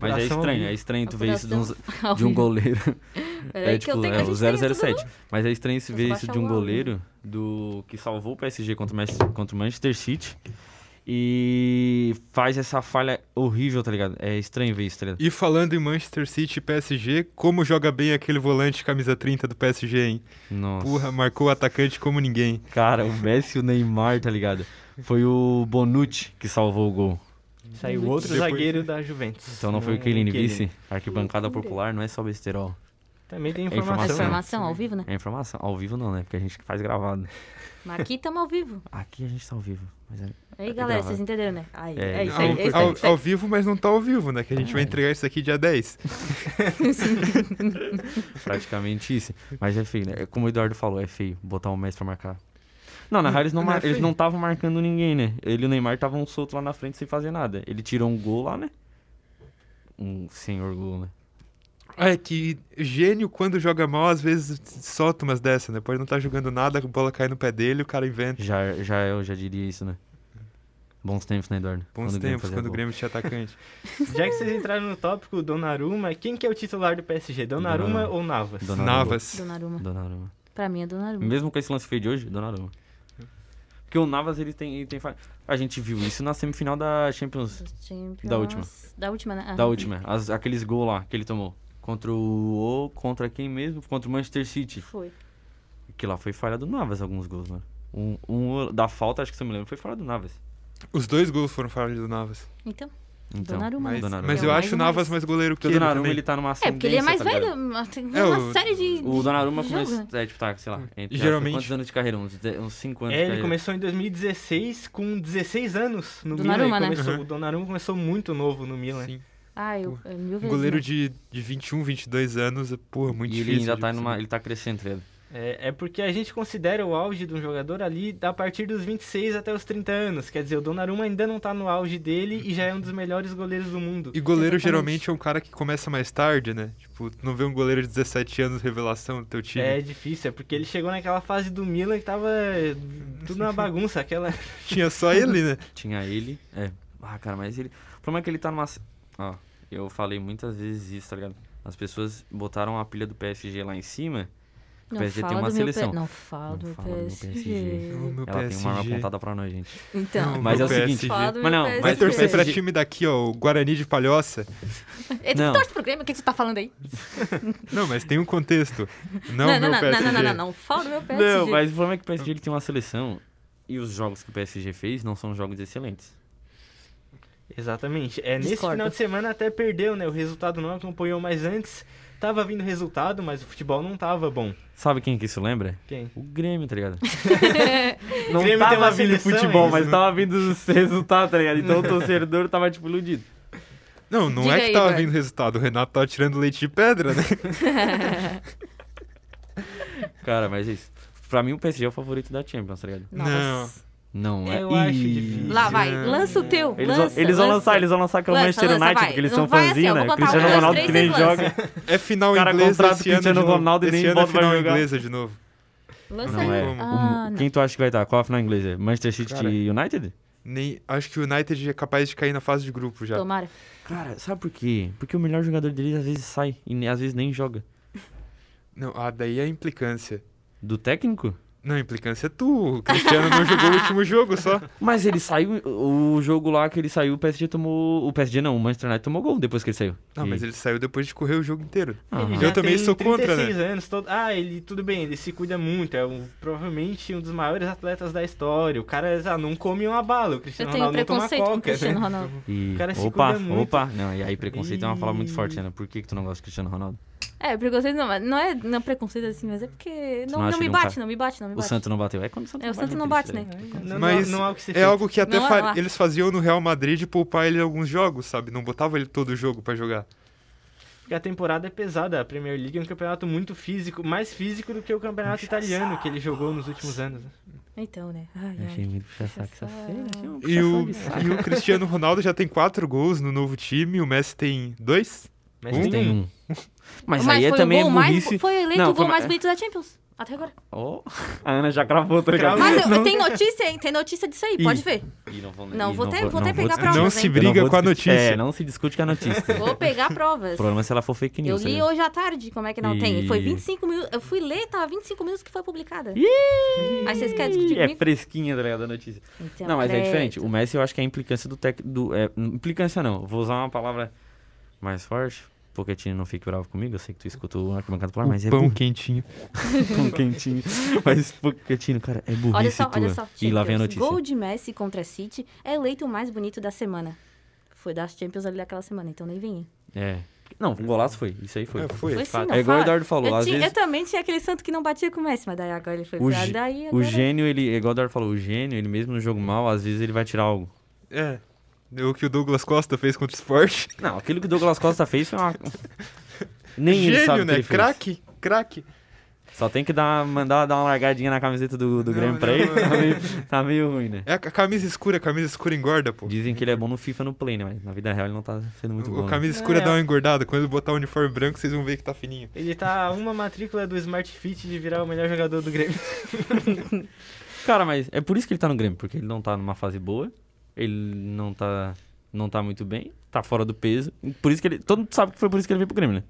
Speaker 1: Mas é estranho, é estranho tu ver isso de um, z-
Speaker 4: Ao
Speaker 1: de um
Speaker 4: vivo.
Speaker 1: goleiro. É, tipo,
Speaker 4: Peraí que eu tenho, a
Speaker 1: o
Speaker 4: gente tem tudo
Speaker 1: 007. Mas é estranho se
Speaker 4: Eu
Speaker 1: ver
Speaker 4: vou
Speaker 1: isso
Speaker 4: baixar
Speaker 1: de um
Speaker 4: o áudio.
Speaker 1: goleiro do que salvou o PSG contra o, Manchester, contra o Manchester City e faz essa falha horrível, tá ligado? É estranho ver isso, tá ligado?
Speaker 2: E falando em Manchester City e PSG, como joga bem aquele volante camisa 30 do PSG, hein?
Speaker 1: Nossa.
Speaker 2: Porra, marcou o atacante como ninguém.
Speaker 1: Cara, o Messi e o Neymar, tá ligado? Foi o Bonucci que salvou o gol.
Speaker 3: Saiu outro
Speaker 2: Depois-
Speaker 3: zagueiro da Juventus.
Speaker 1: Então não foi o Kylian vice. Arquibancada popular não é só besterol.
Speaker 3: Também tem
Speaker 1: É
Speaker 4: A
Speaker 3: informação.
Speaker 1: informação.
Speaker 3: né?
Speaker 4: informação ao vivo, né?
Speaker 1: É informação. Ao vivo não, né? Porque a gente que faz gravado.
Speaker 4: Mas aqui estamos ao vivo.
Speaker 1: Aqui a gente tá ao vivo. Mas é...
Speaker 4: Aí,
Speaker 1: É
Speaker 4: galera,
Speaker 1: gravado.
Speaker 4: vocês entenderam, né? Aí,
Speaker 1: É,
Speaker 4: é isso
Speaker 2: Ao,
Speaker 4: aí. é isso aí,
Speaker 2: ao-
Speaker 4: é isso aí.
Speaker 2: ao vivo, mas não tá ao vivo, né? Que a gente vai entregar isso aqui dia 10.
Speaker 1: praticamente isso. Mas é feio, né? É Como o Eduardo falou, é feio botar o Messi pra marcar. Não, na real eles não
Speaker 2: não é
Speaker 1: mar- eles
Speaker 2: feio.
Speaker 1: não estavam marcando ninguém, né? Ele e o Neymar estavam soltos lá na frente sem fazer nada. Ele tirou um gol lá, né? Um senhor gol, né?
Speaker 2: Ah, É que gênio, quando joga mal, às vezes solta umas dessa, né? Pode não tá jogando nada, a bola cai no pé dele, o cara inventa.
Speaker 1: Já, já eu já diria isso, né? Bons tempos, né, Eduardo?
Speaker 2: Bons
Speaker 1: Quando o Grêmio
Speaker 2: tempos,
Speaker 1: fazia
Speaker 2: quando o
Speaker 1: gol.
Speaker 2: Grêmio tinha atacante.
Speaker 3: Já que vocês entraram no tópico Donnarumma, quem que é o titular do PSG? Donnarumma
Speaker 1: Donnarumma.
Speaker 3: ou Navas?
Speaker 1: Donnarumma.
Speaker 2: Navas.
Speaker 4: Donnarumma.
Speaker 1: Donnarumma.
Speaker 4: Pra mim é Donnarumma.
Speaker 1: Mesmo com esse lance feio de hoje, Donnarumma. Porque o Navas, ele tem, ele tem falha. A gente viu isso na semifinal da Champions
Speaker 4: Dos Champions-
Speaker 1: Da última.
Speaker 4: Da última, né?
Speaker 1: Da
Speaker 4: Aham.
Speaker 1: última, as- aqueles gols lá que ele tomou. Contra o. o- Contra quem mesmo? Contra o Manchester City.
Speaker 4: Foi.
Speaker 1: Que lá foi falha do Navas alguns gols, mano. Um, um da falta, acho que se eu me lembro, foi falha do Navas.
Speaker 2: Os dois gols foram falha do Navas.
Speaker 4: Então,
Speaker 1: Então,
Speaker 4: Donnarumma.
Speaker 2: Mas,
Speaker 4: né?
Speaker 1: Donnarumma.
Speaker 2: mas
Speaker 4: É
Speaker 2: eu
Speaker 4: o
Speaker 2: acho o
Speaker 4: mais-
Speaker 2: Navas mais goleiro que
Speaker 1: Porque o
Speaker 2: ele
Speaker 1: Donnarumma,
Speaker 2: também.
Speaker 1: ele tá numa
Speaker 4: É, porque ele é mais
Speaker 1: ascendência, tá
Speaker 4: velho.
Speaker 1: ligado?
Speaker 4: mas Tem uma
Speaker 2: É, o-
Speaker 4: série de.
Speaker 1: O Donnarumma
Speaker 4: de jogo,
Speaker 1: começou,
Speaker 4: né?
Speaker 1: é, tipo, tá, sei lá, entre
Speaker 2: Hum. geralmente-
Speaker 1: quantos anos de carreira? Uns 10 uns 5 anos
Speaker 3: É,
Speaker 1: de
Speaker 3: ele
Speaker 1: carreira.
Speaker 3: começou em 2016 com 16 anos no
Speaker 4: Donnarumma,
Speaker 3: Milan. ele
Speaker 4: né?
Speaker 3: Começou,
Speaker 2: Uhum.
Speaker 3: O Donnarumma começou muito novo no
Speaker 1: né?
Speaker 3: Milan.
Speaker 2: Sim.
Speaker 4: Ah, eu. é Mil
Speaker 2: Um
Speaker 4: vezes.
Speaker 2: goleiro
Speaker 4: né?
Speaker 2: de, de 21, 22 anos, é, porra, muito
Speaker 1: E
Speaker 2: difícil.
Speaker 1: ele ainda
Speaker 2: de
Speaker 1: tá numa.
Speaker 2: conseguir.
Speaker 1: Ele tá crescendo, tá ligado?
Speaker 3: É, é porque a gente considera o auge de um jogador ali a partir dos 26 até os 30 anos. Quer dizer, o Donnarumma ainda não tá no auge dele e já é um dos melhores goleiros do mundo.
Speaker 2: E goleiro
Speaker 4: Exatamente.
Speaker 2: geralmente é um cara que começa mais tarde, né? Tipo, tu não vê um goleiro de 17 anos revelação do teu time.
Speaker 3: É difícil, é porque ele chegou naquela fase do Milan que tava eh, tudo uma bagunça, aquela
Speaker 2: Tinha só ele, né?
Speaker 1: Tinha ele. É. Ah, cara, mas ele. O problema é que ele tá numa. Ó, eu falei muitas vezes isso, tá ligado? As pessoas botaram a pilha do PSG lá em cima. O
Speaker 4: Não
Speaker 1: PSG tem
Speaker 4: fala
Speaker 1: uma
Speaker 4: do meu
Speaker 1: seleção.
Speaker 4: P- Não fala do
Speaker 1: Não
Speaker 4: meu
Speaker 1: fala do meu PSG.
Speaker 4: PSG.
Speaker 2: O meu
Speaker 1: Ela tem uma arma
Speaker 2: PSG.
Speaker 1: apontada pra nós, gente.
Speaker 2: Não,
Speaker 4: Então.
Speaker 1: Mas é o
Speaker 2: meu
Speaker 1: seguinte.
Speaker 2: PSG.
Speaker 4: Fala do
Speaker 1: Mas
Speaker 4: meu
Speaker 1: não,
Speaker 4: PSG.
Speaker 2: Vai
Speaker 1: Mas o
Speaker 2: torcer pra
Speaker 1: PSG
Speaker 2: time daqui, ó, o Guarani de Palhoça.
Speaker 4: É, tu
Speaker 1: Não.
Speaker 4: torce pro Grêmio? O que que tu tá falando aí?
Speaker 2: Não, mas tem um contexto. Não,
Speaker 4: não,
Speaker 2: o meu
Speaker 4: não, não,
Speaker 2: PSG.
Speaker 4: não, não, não, não. Fala do meu PSG.
Speaker 1: Não, mas o problema é que o PSG ele tem uma seleção. E os jogos que o PSG fez não são jogos excelentes.
Speaker 3: Exatamente. É, nesse
Speaker 4: Discordo.
Speaker 3: final de semana até perdeu, né? O resultado não acompanhou, mas antes tava vindo resultado, mas o futebol não tava bom.
Speaker 1: Sabe quem que isso lembra?
Speaker 3: Quem?
Speaker 1: O Grêmio, tá ligado? Não
Speaker 3: O Grêmio tem
Speaker 1: tava
Speaker 3: uma
Speaker 1: vindo
Speaker 3: seleção,
Speaker 1: futebol,
Speaker 3: hein?
Speaker 1: mas tava vindo os resultados, tá ligado? Então o torcedor tava, tipo, iludido.
Speaker 2: Não, não é
Speaker 4: Diga
Speaker 2: que
Speaker 4: aí,
Speaker 2: tava
Speaker 4: Eduardo.
Speaker 2: vindo resultado. O Renato tava tirando leite de pedra, né?
Speaker 1: Cara, mas é isso. Pra mim, o PSG é o favorito da Champions, tá ligado?
Speaker 4: Nossa.
Speaker 1: Não é.
Speaker 3: Eu acho
Speaker 1: Ih.
Speaker 3: difícil.
Speaker 4: Lá vai,
Speaker 2: Não.
Speaker 4: lança o teu.
Speaker 1: Eles,
Speaker 4: lança,
Speaker 1: vão, eles vão
Speaker 4: lança.
Speaker 1: lançar, eles vão lançar que é o
Speaker 4: Lança,
Speaker 1: Manchester
Speaker 4: lança,
Speaker 1: United,
Speaker 4: vai.
Speaker 1: porque eles
Speaker 4: Não
Speaker 1: são
Speaker 4: vai assim, ó,
Speaker 1: fãzinhos, né?
Speaker 4: vou botar um,
Speaker 1: Cristiano
Speaker 4: dois,
Speaker 1: Ronaldo
Speaker 4: três,
Speaker 1: que nem
Speaker 4: vocês lançam.
Speaker 1: joga.
Speaker 2: É final
Speaker 1: O cara
Speaker 2: inglesa
Speaker 1: contrata o
Speaker 2: esse ano de
Speaker 1: Cristiano
Speaker 2: novo.
Speaker 1: Ronaldo e
Speaker 2: esse
Speaker 1: nem
Speaker 2: ano é
Speaker 1: bota pra
Speaker 2: final
Speaker 1: jogar.
Speaker 2: inglesa de novo.
Speaker 4: Lança
Speaker 1: Não
Speaker 4: aí.
Speaker 1: é.
Speaker 4: Ah,
Speaker 1: O-
Speaker 4: não.
Speaker 1: Quem tu acha que vai estar? Qual a final inglesa? Manchester City
Speaker 2: Cara.
Speaker 1: e United?
Speaker 2: Nem, acho que o United é capaz de cair na fase de grupo já.
Speaker 4: Tomara.
Speaker 1: Cara, sabe por quê? Porque o melhor jogador deles às vezes sai e ne- às vezes nem joga.
Speaker 2: Não, ah, daí é implicância.
Speaker 1: Do técnico?
Speaker 2: Não, implicância é tu. O Cristiano não jogou o último jogo só.
Speaker 1: Mas ele saiu, o jogo lá que ele saiu, o PSG tomou. O PSG não, o Manchester United tomou gol depois que ele saiu.
Speaker 2: Não,
Speaker 1: E-
Speaker 2: mas ele saiu depois de correr o jogo inteiro.
Speaker 1: Ah,
Speaker 3: Ele
Speaker 1: não.
Speaker 3: já
Speaker 2: Eu também
Speaker 3: tem
Speaker 2: sou contra, né?
Speaker 3: 36 anos, todo... Ah, ele, tudo bem, ele se cuida muito. É um- provavelmente um dos maiores atletas da história. O cara ah, não come uma bala, o
Speaker 4: Eu
Speaker 3: Cristiano
Speaker 4: tenho
Speaker 3: Ronaldo não toma
Speaker 4: preconceito com o
Speaker 3: coca,
Speaker 4: Cristiano
Speaker 3: né?
Speaker 4: Ronaldo.
Speaker 1: E,
Speaker 3: O cara se
Speaker 1: opa,
Speaker 3: cuida muito.
Speaker 1: opa. Não, e aí preconceito é uma palavra muito
Speaker 3: Ih.
Speaker 1: forte, né? Por que, que tu não gosta do Cristiano Ronaldo?
Speaker 4: É, preconceito não, mas não é não é preconceito assim, mas é porque
Speaker 1: Tu não
Speaker 4: não, não,
Speaker 1: acha
Speaker 4: me
Speaker 1: ele um
Speaker 4: bate,
Speaker 1: cara-
Speaker 4: não me bate, não me
Speaker 1: O
Speaker 4: bate.
Speaker 1: Santos não bateu. É quando o Santos
Speaker 4: É, o Santos
Speaker 1: é
Speaker 4: não
Speaker 1: triste,
Speaker 4: bate, né?
Speaker 3: Não,
Speaker 2: Mas
Speaker 3: não, não há o que ser
Speaker 2: É
Speaker 3: feito.
Speaker 2: algo que até
Speaker 4: Não,
Speaker 2: fa-
Speaker 4: não, não.
Speaker 2: eles faziam no Real Madrid de poupar ele em alguns jogos, sabe? Não botava ele todo jogo pra jogar.
Speaker 3: Porque a temporada é pesada. A Premier League é um campeonato muito físico, mais físico do que o campeonato italiano que ele jogou nos últimos anos. né?
Speaker 4: Então, né? Ai,
Speaker 1: Eu Achei
Speaker 4: ai.
Speaker 1: muito puxa saco essa
Speaker 4: Puxa
Speaker 1: feira.
Speaker 4: saco.
Speaker 1: achei um
Speaker 2: E
Speaker 1: puxa saco
Speaker 2: o,
Speaker 1: de saco.
Speaker 2: e o Cristiano Ronaldo já tem quatro gols no novo time, o Messi tem dois.
Speaker 3: Mas
Speaker 2: Um
Speaker 1: Mas
Speaker 3: tem
Speaker 1: tem
Speaker 3: um.
Speaker 1: um. Mas,
Speaker 4: Mas
Speaker 1: aí é
Speaker 4: foi o
Speaker 1: também é
Speaker 4: gol mais-
Speaker 1: burrice.
Speaker 4: Foi eleito
Speaker 1: Não,
Speaker 4: o gol
Speaker 1: foi-
Speaker 4: mais bonito da Champions. Até agora.
Speaker 1: Ó, a Ana já cravou, tá ligado?
Speaker 4: Mas eu-
Speaker 1: Não-
Speaker 4: tem notícia, hein? Tem notícia disso aí,
Speaker 2: Ih.
Speaker 4: pode ver.
Speaker 1: Ih, não vou,
Speaker 4: Não,
Speaker 1: ih,
Speaker 4: vou até- vou até pegar
Speaker 1: discutir.
Speaker 4: pra
Speaker 2: não
Speaker 4: Provas,
Speaker 2: se
Speaker 4: hein?
Speaker 1: Eu não
Speaker 2: briga
Speaker 1: vou
Speaker 2: com a
Speaker 1: discutir-
Speaker 2: notícia.
Speaker 1: É, não se discute com a
Speaker 4: Vou
Speaker 1: notícia.
Speaker 4: pegar
Speaker 1: O
Speaker 4: provas.
Speaker 1: problema é se ela for fake
Speaker 4: Eu
Speaker 1: news. tá
Speaker 4: li
Speaker 1: ligado?
Speaker 4: hoje à tarde, como é que não tem? Foi
Speaker 1: E-
Speaker 4: 25 minutos. Eu fui ler, tá tava 25 minutos que foi publicada.
Speaker 1: Ih!
Speaker 4: Aí vocês querem discutir
Speaker 1: É
Speaker 4: comigo?
Speaker 1: fresquinha, tá ligado, a notícia.
Speaker 4: Então,
Speaker 1: não, mas é
Speaker 4: credo.
Speaker 1: diferente. O Messi eu acho que é a implicância do técnico... Do, é, implicância não, vou usar uma palavra mais forte. Pochettino não fique bravo comigo, eu sei que tu escutou o Arquibancada Popular, mas
Speaker 2: O
Speaker 1: é
Speaker 2: pão
Speaker 1: burro.
Speaker 2: quentinho.
Speaker 1: Pão quentinho. Mas Pochettino, cara, é burrice
Speaker 4: Olha só,
Speaker 1: tua.
Speaker 4: olha só.
Speaker 1: e lá
Speaker 4: Champions.
Speaker 1: vem a notícia.
Speaker 4: Gol de Messi contra City é eleito o mais bonito da semana. Foi da Champions ali daquela semana, então nem vem. hein?
Speaker 1: É. Não, o golaço foi. Isso aí foi.
Speaker 2: É, foi.
Speaker 4: Foi sim, não
Speaker 1: é igual o
Speaker 4: fala.
Speaker 1: Eduardo falou,
Speaker 4: eu,
Speaker 1: às
Speaker 4: tinha- eu
Speaker 1: vezes
Speaker 4: também tinha aquele santo que não batia com o Messi, mas daí agora ele foi
Speaker 1: O
Speaker 4: pra
Speaker 1: gê-
Speaker 4: daí
Speaker 1: o
Speaker 4: agora...
Speaker 1: gênio, ele, é igual o Eduardo falou, o gênio, ele mesmo no jogo mal, às vezes ele vai tirar algo.
Speaker 2: É. O que o Douglas Costa fez contra o Sport.
Speaker 1: Não, aquilo que o Douglas Costa fez foi uma. Nem ele sabe
Speaker 2: Gênio,
Speaker 1: o que
Speaker 2: né?
Speaker 1: ele fez.
Speaker 2: Craque, craque.
Speaker 1: Só tem que dar, mandar dar uma largadinha na camiseta do, do
Speaker 2: Não,
Speaker 1: Grêmio pra
Speaker 2: não,
Speaker 1: ele.
Speaker 2: não.
Speaker 1: Tá meio, tá meio ruim, né?
Speaker 2: É a camisa escura, a camisa escura engorda, pô.
Speaker 1: Dizem que ele é bom no FIFA no Play, né? Mas na vida real ele não tá sendo muito
Speaker 2: o
Speaker 1: bom.
Speaker 2: a
Speaker 1: né?
Speaker 2: camisa
Speaker 3: né?
Speaker 2: escura
Speaker 3: É.
Speaker 2: dá uma engordada. Quando ele botar o uniforme branco, vocês vão ver que tá fininho.
Speaker 3: Ele tá a uma matrícula do Smart Fit de virar o melhor jogador do Grêmio.
Speaker 1: Cara, mas é por isso que ele tá no Grêmio, porque ele não tá numa fase boa, ele não tá, não tá muito bem, tá fora do peso. Por isso que ele. Todo mundo sabe que foi por isso que ele veio pro Grêmio, né?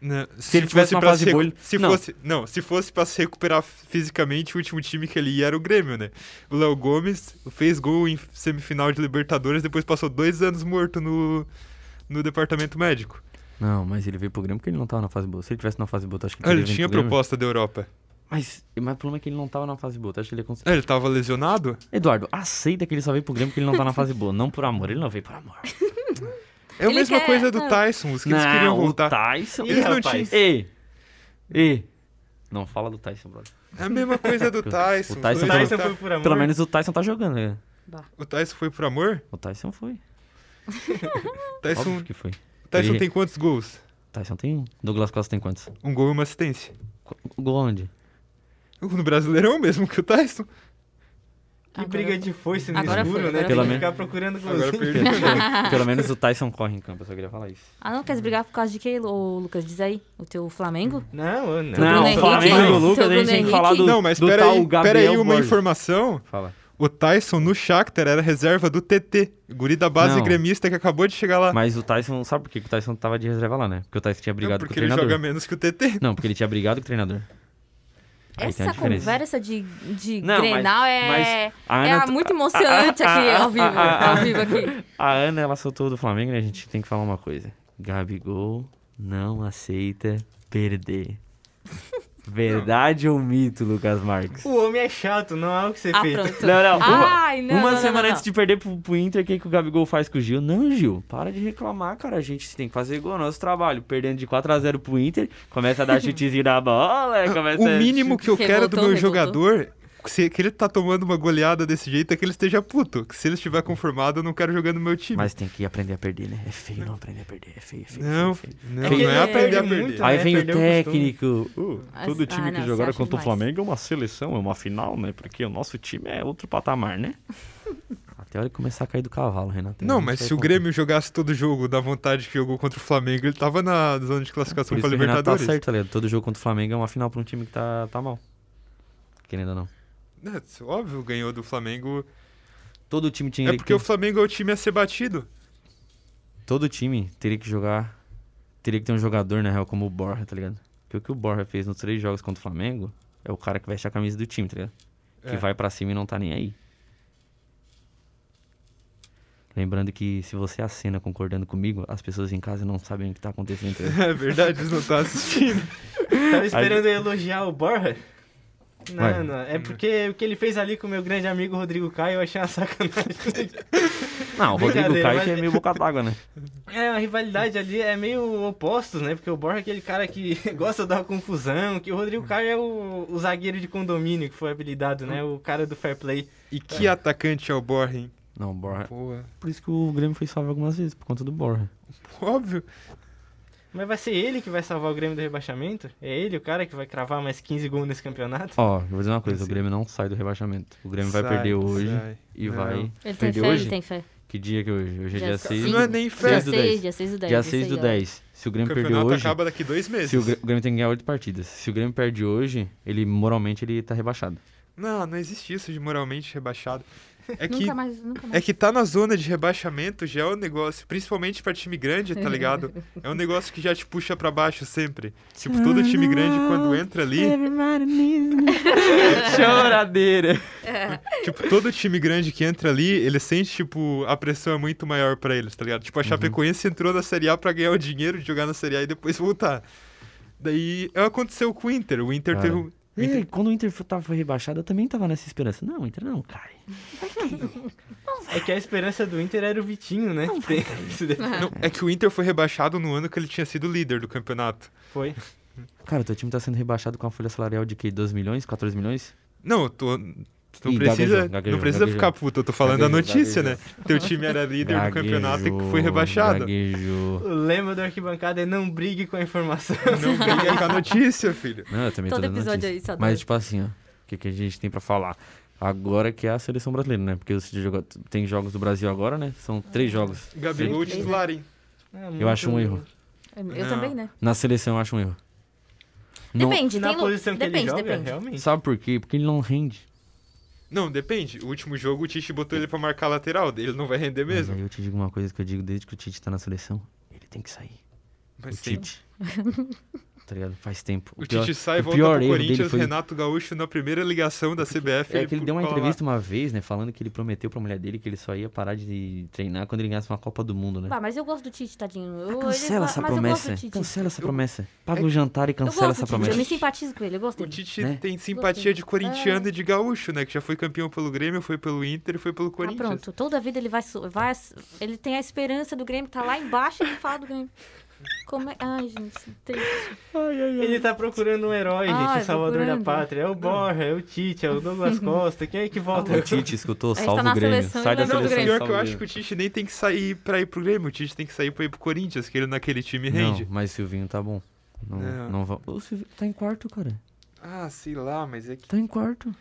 Speaker 2: Né? Se,
Speaker 1: ele tivesse
Speaker 2: fosse
Speaker 1: uma
Speaker 2: pra
Speaker 1: fase
Speaker 2: se recu-
Speaker 1: boa, ele-
Speaker 2: se
Speaker 1: Não.
Speaker 2: fosse Não, se fosse pra se recuperar f- fisicamente, o último time que ele ia era o Grêmio, né? O Léo Gomes fez gol em semifinal de Libertadores, depois passou dois anos morto no, no departamento médico.
Speaker 1: Não, mas ele veio pro Grêmio porque ele não tava na fase boa. Se ele tivesse na fase boa, tu acha que ele
Speaker 2: Ah, ele
Speaker 1: teria vindo
Speaker 2: tinha
Speaker 1: pro Grêmio?
Speaker 2: proposta da Europa.
Speaker 1: Mas, mas o problema é que ele não tava na fase boa, tu acha que ele ia conseguir?
Speaker 2: Ah, ele tava lesionado?
Speaker 1: Eduardo, aceita que ele só veio pro Grêmio porque ele não tá na fase boa. Não por amor, ele não veio por amor.
Speaker 2: É a
Speaker 4: Ele
Speaker 2: mesma
Speaker 4: quer-
Speaker 2: coisa do
Speaker 4: ah.
Speaker 2: Tyson, os que eles
Speaker 1: Não,
Speaker 2: queriam
Speaker 1: O
Speaker 2: voltar.
Speaker 1: Tyson.
Speaker 2: Eles
Speaker 3: Ih,
Speaker 2: não
Speaker 3: rapaz.
Speaker 2: tinham-
Speaker 1: Ei! Ei! Não fala do Tyson, brother.
Speaker 2: É a mesma coisa do Tyson.
Speaker 1: O
Speaker 3: O
Speaker 1: Tyson
Speaker 2: os dois
Speaker 3: Tyson
Speaker 2: voltaram.
Speaker 3: foi por amor.
Speaker 1: Pelo menos o Tyson tá jogando, né?
Speaker 4: Bah.
Speaker 2: O Tyson foi por amor?
Speaker 1: O Tyson foi.
Speaker 2: O Tyson,
Speaker 1: Óbvio que foi.
Speaker 2: o Tyson
Speaker 1: Ele-
Speaker 2: tem quantos gols?
Speaker 1: Tyson tem um. Douglas Costa tem quantos?
Speaker 2: Um gol e uma assistência.
Speaker 1: Qu- Gol onde?
Speaker 2: No Brasileirão mesmo que o Tyson.
Speaker 3: Que
Speaker 4: Agora
Speaker 3: briga
Speaker 4: eu-
Speaker 3: de foice no
Speaker 4: Agora
Speaker 3: escuro,
Speaker 4: foi,
Speaker 3: né?
Speaker 4: agora
Speaker 3: Tem
Speaker 1: foi.
Speaker 3: que ficar procurando
Speaker 2: Agora
Speaker 3: golzinho.
Speaker 2: perdi.
Speaker 1: Pelo, pelo menos o Tyson corre em campo, eu só queria falar isso.
Speaker 4: Ah, não queres brigar por causa de quê, ô, Lucas? Diz aí. O teu Flamengo?
Speaker 1: Hum.
Speaker 3: Não, não.
Speaker 4: Não, Bruno Henrique.
Speaker 1: Flamengo, Lucas,
Speaker 4: Seu
Speaker 1: a gente
Speaker 4: Bruno
Speaker 1: tem que falar do,
Speaker 4: Henrique.
Speaker 2: Não, mas
Speaker 1: do
Speaker 2: pera
Speaker 1: tal
Speaker 2: aí,
Speaker 1: Gabriel
Speaker 2: pera aí uma
Speaker 1: Borges.
Speaker 2: informação.
Speaker 1: Fala.
Speaker 2: O Tyson no Shakhtar era reserva do TT, guri da base
Speaker 1: Não.
Speaker 2: gremista que acabou de chegar lá.
Speaker 1: Mas o Tyson, sabe por quê que o Tyson tava de reserva lá, né? Porque o Tyson tinha brigado
Speaker 2: não,
Speaker 1: com o
Speaker 2: porque ele
Speaker 1: treinador.
Speaker 2: joga menos que o TT.
Speaker 1: Não, porque ele tinha brigado com o treinador. Aí tem a
Speaker 4: Essa
Speaker 1: diferença.
Speaker 4: conversa de, de
Speaker 1: Não, mas-
Speaker 4: Grenal é...
Speaker 1: mas a
Speaker 4: é
Speaker 1: Ana- tá- Ah,
Speaker 4: muito emocionante aqui, ao vivo. Ao vivo aqui.
Speaker 1: A Ana, ela soltou do Flamengo, né? A gente tem que falar uma coisa. Gabigol não aceita perder. Verdade ou mito, Lucas Marques?
Speaker 3: O homem é chato, não há o que ser
Speaker 4: Ah,
Speaker 3: feito.
Speaker 4: pronto.
Speaker 1: Não, não. Uma,
Speaker 4: Ai, não,
Speaker 1: uma
Speaker 4: não, não,
Speaker 1: semana
Speaker 4: não,
Speaker 1: antes de perder pro, pro Inter, o que, que o Gabigol faz com o Gil? Não, Gil, para de reclamar, cara. A gente tem que fazer igual ao nosso trabalho. Perdendo de 4x0 pro Inter, começa a dar chutezinho na bola, começa
Speaker 2: O
Speaker 1: a-
Speaker 2: mínimo que eu quero do
Speaker 4: Revoltou,
Speaker 2: meu
Speaker 4: revoltou.
Speaker 2: jogador, se que ele tá tomando uma goleada desse jeito, é que ele esteja puto. Que se ele estiver conformado, eu não quero jogar no meu time.
Speaker 1: Mas tem que aprender a perder, né? É feio não aprender a perder. É feio, é feio.
Speaker 2: Não, é,
Speaker 1: feio, feio.
Speaker 2: não,
Speaker 3: É
Speaker 2: não
Speaker 3: que
Speaker 2: é
Speaker 3: ele
Speaker 2: aprender a
Speaker 3: perde
Speaker 2: perder.
Speaker 3: muito,
Speaker 1: Aí
Speaker 3: né?
Speaker 1: vem o
Speaker 3: Perdeu o costume.
Speaker 1: técnico. Uh,
Speaker 4: Mas-
Speaker 1: todo time
Speaker 4: ah, não,
Speaker 1: que
Speaker 4: você
Speaker 1: jogar
Speaker 4: acha
Speaker 1: contra o
Speaker 4: demais.
Speaker 1: Flamengo é uma seleção, é uma final, né? Porque o nosso time é outro patamar, né? Até a hora que começar a cair do cavalo, Renato.
Speaker 2: Não,
Speaker 1: Eu
Speaker 2: mas
Speaker 1: sei
Speaker 2: se o
Speaker 1: como.
Speaker 2: Grêmio jogasse todo jogo da vontade que jogou contra o Flamengo, ele tava na zona de classificação
Speaker 1: Por isso que
Speaker 2: pra
Speaker 1: o Renato tá
Speaker 2: Libertadores.
Speaker 1: certo, tá ligado? Todo jogo contra o Flamengo é uma final pra um time que tá, tá mal. Querendo ou não.
Speaker 2: É, óbvio, ganhou do Flamengo.
Speaker 1: Todo time tinha
Speaker 2: É
Speaker 1: que-
Speaker 2: porque o Flamengo é o time a ser batido.
Speaker 1: Todo time teria que jogar. Teria que ter um jogador, na real, como o Borja, tá ligado? Porque o que o Borja fez nos três jogos contra o Flamengo é o cara que veste a camisa do time, tá ligado? Que
Speaker 2: É.
Speaker 1: vai pra cima e não tá nem aí. Lembrando que se você acena concordando comigo, as pessoas em casa não sabem o que tá acontecendo. tá ligado?
Speaker 2: É verdade, eles não estão assistindo.
Speaker 3: Tava esperando eu elogiar o Borja? Não,
Speaker 1: Vai.
Speaker 3: não. É porque o que ele fez ali com o meu grande amigo Rodrigo Caio eu achei uma sacanagem.
Speaker 1: não, o Rodrigo
Speaker 3: Brincadeira,
Speaker 1: Caio
Speaker 3: mas-
Speaker 1: que é meio boca d'água, né?
Speaker 3: É, a rivalidade ali é meio opostos, né? Porque o Borja é aquele cara que gosta da confusão, que o Rodrigo Caio é o, o zagueiro de condomínio que foi habilidado, né?
Speaker 1: Hum.
Speaker 3: O cara do fair play.
Speaker 2: E que atacante é o Borja, hein?
Speaker 1: Não, Borra.
Speaker 2: Boa.
Speaker 1: Por isso que o Grêmio foi salvo algumas vezes, por conta do Borra.
Speaker 2: Óbvio.
Speaker 3: Mas vai ser ele que vai salvar o Grêmio do rebaixamento? É ele o cara que vai cravar mais 15 gols nesse campeonato?
Speaker 1: Ó, vou dizer uma coisa, o
Speaker 2: Sim.
Speaker 1: Grêmio não sai do rebaixamento. O Grêmio vai
Speaker 2: Sai,
Speaker 1: perder hoje
Speaker 2: sai.
Speaker 1: e
Speaker 2: Não.
Speaker 1: vai...
Speaker 4: Ele tem
Speaker 1: Perdeu
Speaker 4: fé,
Speaker 1: hoje?
Speaker 4: ele tem fé.
Speaker 1: Que dia que é hoje? Hoje é
Speaker 4: Dia
Speaker 1: dia
Speaker 4: seis.
Speaker 1: 6.
Speaker 2: Não é nem
Speaker 4: Dia
Speaker 2: fé.
Speaker 1: Seis do dez.
Speaker 4: 6, dia 6 do 10.
Speaker 1: Dia 6 do 10. Se o
Speaker 2: O
Speaker 1: Grêmio perder
Speaker 2: campeonato
Speaker 1: hoje...
Speaker 2: acaba daqui dois meses.
Speaker 1: Se o, Grê- o Grêmio tem que ganhar oito partidas. Se o Grêmio perde hoje, ele moralmente ele tá rebaixado.
Speaker 2: Não, não existe isso de moralmente rebaixado. É que,
Speaker 4: Nunca mais, nunca mais.
Speaker 2: é que tá na zona de rebaixamento já é um negócio, principalmente pra time grande, tá ligado? É um negócio que já te puxa pra baixo sempre. Tipo,
Speaker 4: Ah,
Speaker 2: todo time grande
Speaker 1: Ah,
Speaker 2: quando entra ali,
Speaker 4: é
Speaker 1: Choradeira!
Speaker 2: tipo, todo time grande que entra ali, ele sente, tipo, a pressão é muito maior pra eles, tá ligado? Tipo, a
Speaker 1: Uhum.
Speaker 2: Chapecoense entrou na Série A pra ganhar o dinheiro de jogar na Série A e depois voltar. Daí é, aconteceu com o Inter. O Inter
Speaker 1: Cara.
Speaker 2: teve um.
Speaker 1: Ei, quando o Inter foi, tava- foi rebaixado, eu também tava nessa esperança. Não, o Inter não cai.
Speaker 3: É que a esperança do Inter era o Vitinho, né? Tem esse detalhe.
Speaker 2: Não, é que o Inter foi rebaixado no ano que ele tinha sido líder do campeonato.
Speaker 3: Foi.
Speaker 1: Cara, o teu time tá sendo rebaixado com a folha salarial de que? 2 milhões? 14 milhões?
Speaker 2: Não, eu tô. Tu não
Speaker 1: Ih,
Speaker 2: precisa,
Speaker 1: gaguejou, gaguejou,
Speaker 2: não precisa
Speaker 1: gaguejou.
Speaker 2: ficar puto, eu tô falando a
Speaker 1: Gaguejou,
Speaker 2: notícia, né? Teu time era líder do campeonato e que foi rebaixado.
Speaker 1: Gaguejou.
Speaker 3: O lema do arquibancada é não brigue com a informação.
Speaker 2: Não briga com a notícia, filho.
Speaker 1: Não, eu também tô
Speaker 4: Todo
Speaker 1: dando
Speaker 4: episódio
Speaker 1: notícia.
Speaker 4: aí, só
Speaker 1: Mas,
Speaker 4: dando.
Speaker 1: tipo assim, ó. O que, que a gente tem pra falar? Agora que é a seleção brasileira, né? Porque os jogo- tem jogos do Brasil agora, né? São
Speaker 4: É.
Speaker 1: três jogos.
Speaker 2: Gabigol
Speaker 4: Sim.
Speaker 2: titular, hein?
Speaker 3: É
Speaker 1: Eu acho um erro.
Speaker 4: Eu
Speaker 2: Não.
Speaker 4: também, né?
Speaker 1: Na seleção eu acho um erro. Não-
Speaker 4: Depende,
Speaker 3: Na
Speaker 4: tem lu-
Speaker 3: posição que ele
Speaker 1: é
Speaker 4: Depende,
Speaker 3: joga,
Speaker 4: depende.
Speaker 3: realmente.
Speaker 1: Sabe por quê? Porque ele não rende.
Speaker 2: Não, depende. O último jogo o Tite botou ele pra marcar a lateral, ele não vai render
Speaker 1: Mas
Speaker 2: mesmo.
Speaker 1: aí eu te digo uma coisa que eu digo desde que o Tite tá na seleção. Ele tem que sair.
Speaker 2: Mas
Speaker 1: o
Speaker 2: tem-
Speaker 1: Tite. tá ligado? Faz tempo.
Speaker 2: O Tite sai,
Speaker 1: o
Speaker 2: volta
Speaker 1: pior
Speaker 2: pro
Speaker 1: erro dele
Speaker 2: Corinthians,
Speaker 1: foi-
Speaker 2: Renato Gaúcho na primeira ligação da CBF.
Speaker 1: É que ele deu uma
Speaker 2: cola lá.
Speaker 1: entrevista uma vez, né? Falando que ele prometeu pra mulher dele que ele só ia parar de treinar quando ele ganhasse uma Copa do Mundo, né?
Speaker 4: Bah, mas eu gosto do Tite, tadinho. Eu, ele,
Speaker 1: Ah, Cancela essa
Speaker 4: mas eu gosto
Speaker 1: promessa.
Speaker 4: do Tite.
Speaker 1: Cancela essa
Speaker 2: Eu-
Speaker 1: promessa. Paga
Speaker 2: É
Speaker 1: o jantar e
Speaker 4: Eu
Speaker 1: cancela
Speaker 4: gosto
Speaker 1: essa
Speaker 4: do Tite, Eu me
Speaker 1: promessa.
Speaker 4: simpatizo com ele, eu gosto
Speaker 2: O
Speaker 4: dele.
Speaker 2: Tite
Speaker 1: Né?
Speaker 2: tem simpatia de corintiano e de gaúcho, né? Que já foi campeão pelo Grêmio, foi pelo Inter e foi pelo
Speaker 4: Ah,
Speaker 2: Corinthians.
Speaker 4: pronto. Toda vida ele vai, su- vai. Ele tem a esperança do Grêmio, tá lá embaixo e ele fala do Grêmio. Como é. Ai, gente, triste.
Speaker 1: é.
Speaker 3: Ele tá procurando um herói,
Speaker 4: Ah,
Speaker 3: gente,
Speaker 4: eu
Speaker 3: o salvador
Speaker 4: procurando.
Speaker 3: da pátria. É o Borja, é o Tite, é o Douglas Costa. Quem é que volta?
Speaker 1: O Tite escutou,
Speaker 4: gente tá
Speaker 1: salva
Speaker 4: na
Speaker 1: o Grêmio.
Speaker 4: seleção e
Speaker 1: Sai da
Speaker 4: lembra
Speaker 1: seleção.
Speaker 4: do
Speaker 2: Não,
Speaker 4: Grêmio.
Speaker 2: pior que eu
Speaker 1: salva o
Speaker 2: acho que o Tite nem tem que sair pra ir pro Grêmio. O Tite tem que sair pra ir pro Corinthians, que ele naquele time rende.
Speaker 1: Não, mas Silvinho tá bom. Não,
Speaker 2: É.
Speaker 1: não va- O Silvinho tá em quarto, cara.
Speaker 2: Ah, sei lá, mas é que.
Speaker 1: Tá em quarto.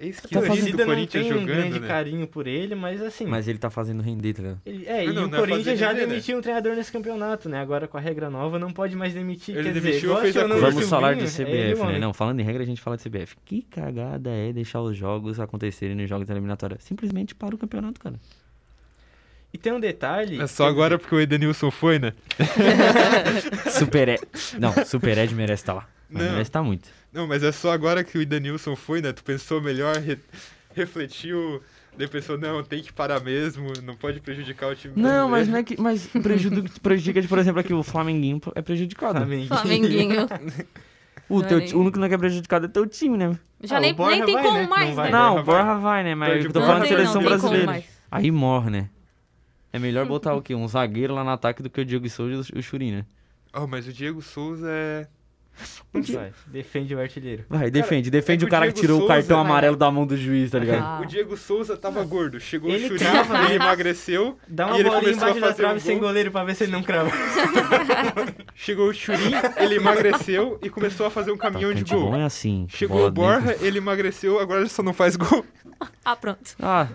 Speaker 2: É isso que
Speaker 1: Tá
Speaker 2: eu
Speaker 3: a
Speaker 1: fazendo
Speaker 2: ri
Speaker 3: torcida
Speaker 2: do
Speaker 3: não
Speaker 2: Corinthians
Speaker 3: tem um grande
Speaker 2: jogando, né?
Speaker 3: carinho por ele, mas assim...
Speaker 1: Mas ele tá fazendo render, tá ligado?
Speaker 3: ele-
Speaker 2: Não,
Speaker 3: é, e
Speaker 2: não,
Speaker 3: o
Speaker 2: não é fazer
Speaker 3: Corinthians já
Speaker 2: render.
Speaker 3: demitiu um treinador nesse campeonato, né? Agora com a regra nova não pode mais demitir.
Speaker 2: Ele
Speaker 3: Quer
Speaker 2: demitiu,
Speaker 3: dizer,
Speaker 2: fez
Speaker 3: gosta
Speaker 2: a
Speaker 3: ou não
Speaker 2: Não,
Speaker 1: Vamos
Speaker 2: Silvinho,
Speaker 1: falar de
Speaker 3: Silvinho, é ele o
Speaker 1: CBF, né?
Speaker 3: homem.
Speaker 1: Não, falando em regra, a gente fala de CBF. Que cagada é deixar os jogos acontecerem nos jogos da eliminatória. Simplesmente para o campeonato, cara.
Speaker 3: E tem um detalhe...
Speaker 2: É só agora porque o Edenilson foi, né?
Speaker 1: Super Ed. Não, Super Ed merece estar lá. Mas
Speaker 2: Não.
Speaker 1: merece estar muito.
Speaker 2: Não, mas é só agora que o Edenilson foi, né? Tu pensou melhor, re- refletiu, daí pensou, não, tem que parar mesmo, não pode prejudicar o time
Speaker 1: Não, mas não
Speaker 2: brasileiro.
Speaker 1: é que. Mas prejudica, prejudica por exemplo, aqui o Flamenguinho é prejudicado.
Speaker 3: Flamengo.
Speaker 4: Flamenguinho.
Speaker 1: O,
Speaker 4: Não é
Speaker 1: teu,
Speaker 4: nem-
Speaker 1: ti- o único que não é prejudicado é teu time, né?
Speaker 4: Já
Speaker 3: Ah, o
Speaker 4: nem,
Speaker 3: Borja
Speaker 4: nem tem
Speaker 3: vai,
Speaker 4: como
Speaker 3: né? Não
Speaker 4: mais,
Speaker 3: vai.
Speaker 4: né?
Speaker 1: não,
Speaker 2: Borja
Speaker 1: o Borja vai, né? Mas
Speaker 2: Perde
Speaker 1: eu tô
Speaker 2: pro
Speaker 1: falando de
Speaker 2: Brasil.
Speaker 1: seleção
Speaker 2: Não tem como
Speaker 1: brasileira.
Speaker 4: mais.
Speaker 1: Aí morre, né? É melhor botar o quê? Um zagueiro lá no ataque do que o Diego Souza e o Churin, né?
Speaker 2: Oh, mas o Diego Souza é...
Speaker 3: Vai, defende o artilheiro.
Speaker 1: Vai, defende. Defende
Speaker 2: é que
Speaker 1: o cara
Speaker 2: o
Speaker 1: que
Speaker 2: Diego
Speaker 1: tirou o
Speaker 2: Souza-
Speaker 1: cartão
Speaker 4: Vai.
Speaker 1: amarelo da mão do juiz, tá ligado?
Speaker 4: Ah.
Speaker 2: O Diego Souza tava gordo, chegou
Speaker 3: Ele
Speaker 2: o Churinho,
Speaker 3: crava, né?
Speaker 2: ele emagreceu,
Speaker 3: Dá uma
Speaker 2: E ele
Speaker 3: bolinha
Speaker 2: começou a
Speaker 3: embaixo da
Speaker 2: fazer um
Speaker 3: trave sem
Speaker 2: gol.
Speaker 3: goleiro pra ver se ele não crava.
Speaker 2: chegou o Churinho, ele emagreceu e começou a fazer um caminhão de
Speaker 1: Atacante bom
Speaker 2: gol.
Speaker 1: é assim.
Speaker 2: Chegou
Speaker 1: bola
Speaker 2: o Borja, ele emagreceu, agora ele só não faz gol.
Speaker 4: Ah, pronto.
Speaker 1: Ah,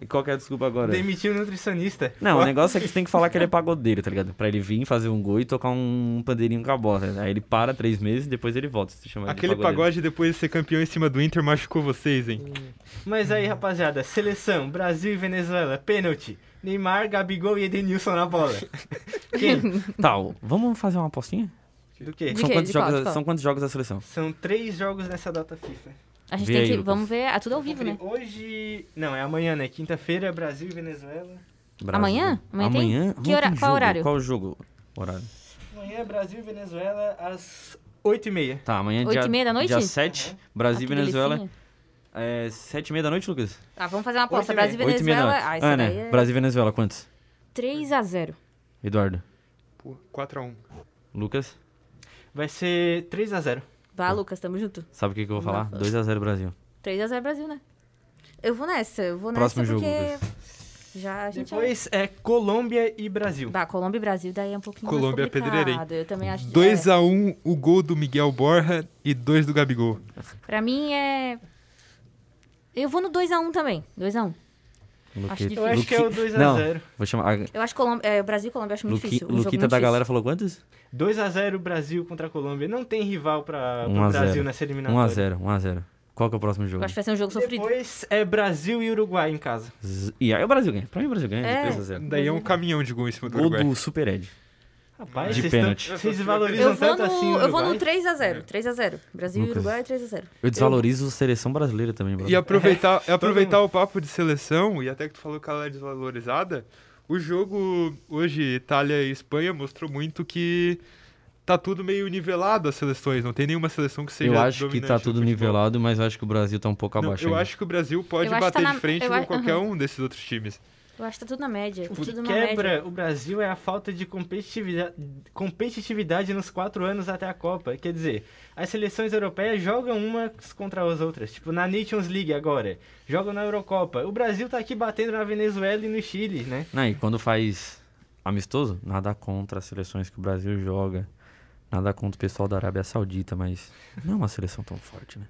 Speaker 1: e qual que é a desculpa agora?
Speaker 3: Demitiu o nutricionista.
Speaker 1: Não, o negócio é que você tem que falar que ele é pagodeiro, tá ligado? Pra ele vir fazer um gol e tocar um pandeirinho com a bola. né? Aí ele para três meses e depois ele volta. Você chama ele de
Speaker 2: Aquele
Speaker 1: pagodeiro.
Speaker 2: pagode depois de ser campeão em cima do Inter machucou vocês, hein?
Speaker 3: Mas aí, rapaziada, seleção, Brasil e Venezuela, pênalti. Neymar, Gabigol e Edenilson na bola. Quem?
Speaker 1: Tal, vamos fazer Tá, uma apostinha?
Speaker 3: Do quê?
Speaker 4: De
Speaker 1: São
Speaker 4: quê?
Speaker 1: quantos,
Speaker 4: De qual?
Speaker 1: jogos,
Speaker 4: De qual?
Speaker 1: são quantos jogos da seleção?
Speaker 3: São três jogos nessa data FIFA.
Speaker 4: A gente
Speaker 1: Vê
Speaker 4: tem
Speaker 1: aí,
Speaker 4: que.
Speaker 1: Lucas.
Speaker 4: Vamos ver. Ah, tudo ao vivo, né?
Speaker 3: Hoje. Não, é amanhã, né? Quinta-feira, Brasil e Venezuela.
Speaker 1: Brasil.
Speaker 4: Amanhã? Amanhã tem?
Speaker 1: Amanhã?
Speaker 4: Que
Speaker 1: Amanhã
Speaker 4: hora-
Speaker 1: tem
Speaker 4: qual
Speaker 1: jogo.
Speaker 4: horário?
Speaker 1: Qual jogo? Horário.
Speaker 3: Amanhã é Brasil e Venezuela às 8h30.
Speaker 1: Tá, amanhã é
Speaker 4: Oito
Speaker 1: dia,
Speaker 4: e meia da noite?
Speaker 1: dia 7,
Speaker 4: Ah,
Speaker 1: Brasil e
Speaker 4: que
Speaker 1: Venezuela.
Speaker 4: delicinha.
Speaker 1: É 7 e meia da noite, Lucas?
Speaker 4: Ah, vamos fazer uma aposta.
Speaker 3: Oito e
Speaker 4: Brasil e
Speaker 1: Oito e meia da
Speaker 4: Venezuela.
Speaker 1: noite.
Speaker 4: Ah, isso
Speaker 1: Ana,
Speaker 4: daí é
Speaker 1: Brasil e Venezuela, quantos?
Speaker 4: 3x0.
Speaker 1: Eduardo,
Speaker 2: Pô, 4x1.
Speaker 1: Lucas,
Speaker 3: Vai ser 3x0.
Speaker 1: Tá.
Speaker 4: Vá, Lucas, tamo junto.
Speaker 1: sabe o que, que eu vou
Speaker 4: Vamos
Speaker 1: falar?
Speaker 4: lá.
Speaker 1: 2x0 Brasil.
Speaker 4: 3x0 Brasil, né? Eu vou nessa, eu vou
Speaker 1: Próximo
Speaker 4: nessa
Speaker 1: jogo,
Speaker 4: é porque. já a gente.
Speaker 3: Depois é Colômbia e Brasil.
Speaker 4: Bah, Colômbia e Brasil, daí é um pouquinho
Speaker 2: Colômbia é
Speaker 4: mais complicado.
Speaker 2: pedreira, hein?
Speaker 4: Eu também acho que- é.
Speaker 2: 2x1 o gol do Miguel Borja e 2 do Gabigol.
Speaker 4: é. Pra mim é. Eu vou no 2x1 também. 2x1.
Speaker 1: Luque-
Speaker 4: difícil.
Speaker 3: Eu acho que é o
Speaker 1: Luque-
Speaker 3: 2x0.
Speaker 1: Vou chamar. a-
Speaker 4: Eu acho Colômbia, é, Brasil e Colômbia eu acho muito
Speaker 1: Luqui-
Speaker 4: difícil. Um jogo
Speaker 1: Luquita
Speaker 4: muito
Speaker 1: da
Speaker 4: difícil.
Speaker 1: galera falou quantos?
Speaker 3: 2x0 Brasil contra a Colômbia. Não tem rival para
Speaker 1: Um a
Speaker 3: o
Speaker 1: zero.
Speaker 3: Brasil nessa eliminatória.
Speaker 1: 1x0, 1x0. Qual que é o próximo jogo?
Speaker 4: Eu acho que vai ser um jogo sofrido.
Speaker 3: Depois é Brasil e Uruguai em casa.
Speaker 1: Z- E aí é o Brasil ganha. Pra mim o Brasil ganha
Speaker 4: É.
Speaker 1: de 3x0.
Speaker 2: Daí é um caminhão de gol em cima do
Speaker 1: Gol
Speaker 2: Uruguai.
Speaker 1: do Super Ed.
Speaker 3: Rapaz,
Speaker 1: De
Speaker 3: vocês
Speaker 1: pênalti.
Speaker 3: tão- Vocês
Speaker 4: Eu
Speaker 3: valorizam
Speaker 4: vou,
Speaker 3: tanto
Speaker 4: no,
Speaker 3: assim o
Speaker 4: eu vou no
Speaker 3: Uruguai?
Speaker 4: 3x0. 3x0. Brasil e
Speaker 1: Lucas.
Speaker 4: Uruguai é 3x0.
Speaker 1: Eu desvalorizo a seleção brasileira também, bro.
Speaker 2: E aproveitar, aproveitar o papo de seleção, e até que tu falou que ela é desvalorizada, o jogo hoje, Itália e Espanha, mostrou muito que tá tudo meio nivelado as seleções, não tem nenhuma seleção que seja
Speaker 1: Eu acho que tá
Speaker 2: dominante no
Speaker 1: tudo
Speaker 2: futebol.
Speaker 1: nivelado, mas eu acho que o Brasil tá um pouco
Speaker 2: Não,
Speaker 1: abaixo.
Speaker 2: eu
Speaker 1: ainda.
Speaker 2: acho que o Brasil pode
Speaker 4: Eu acho que
Speaker 2: bater
Speaker 4: tá na-
Speaker 2: de frente
Speaker 4: eu
Speaker 2: com
Speaker 4: acho-
Speaker 2: qualquer
Speaker 4: aham.
Speaker 2: um desses outros times.
Speaker 4: Eu acho que tá tudo na média.
Speaker 3: O
Speaker 4: tudo
Speaker 3: que
Speaker 4: na média.
Speaker 3: Tipo, quebra o Brasil é a falta de competitividade, competitividade nos quatro anos até a Copa. Quer dizer, as seleções europeias jogam umas contra as outras. Tipo, na Nations League agora. Jogam na Eurocopa. O Brasil tá aqui batendo na Venezuela e no Chile, né?
Speaker 1: Não, e quando faz amistoso, nada contra as seleções que o Brasil joga. Nada contra o pessoal da Arábia Saudita, mas não é uma seleção tão forte, né?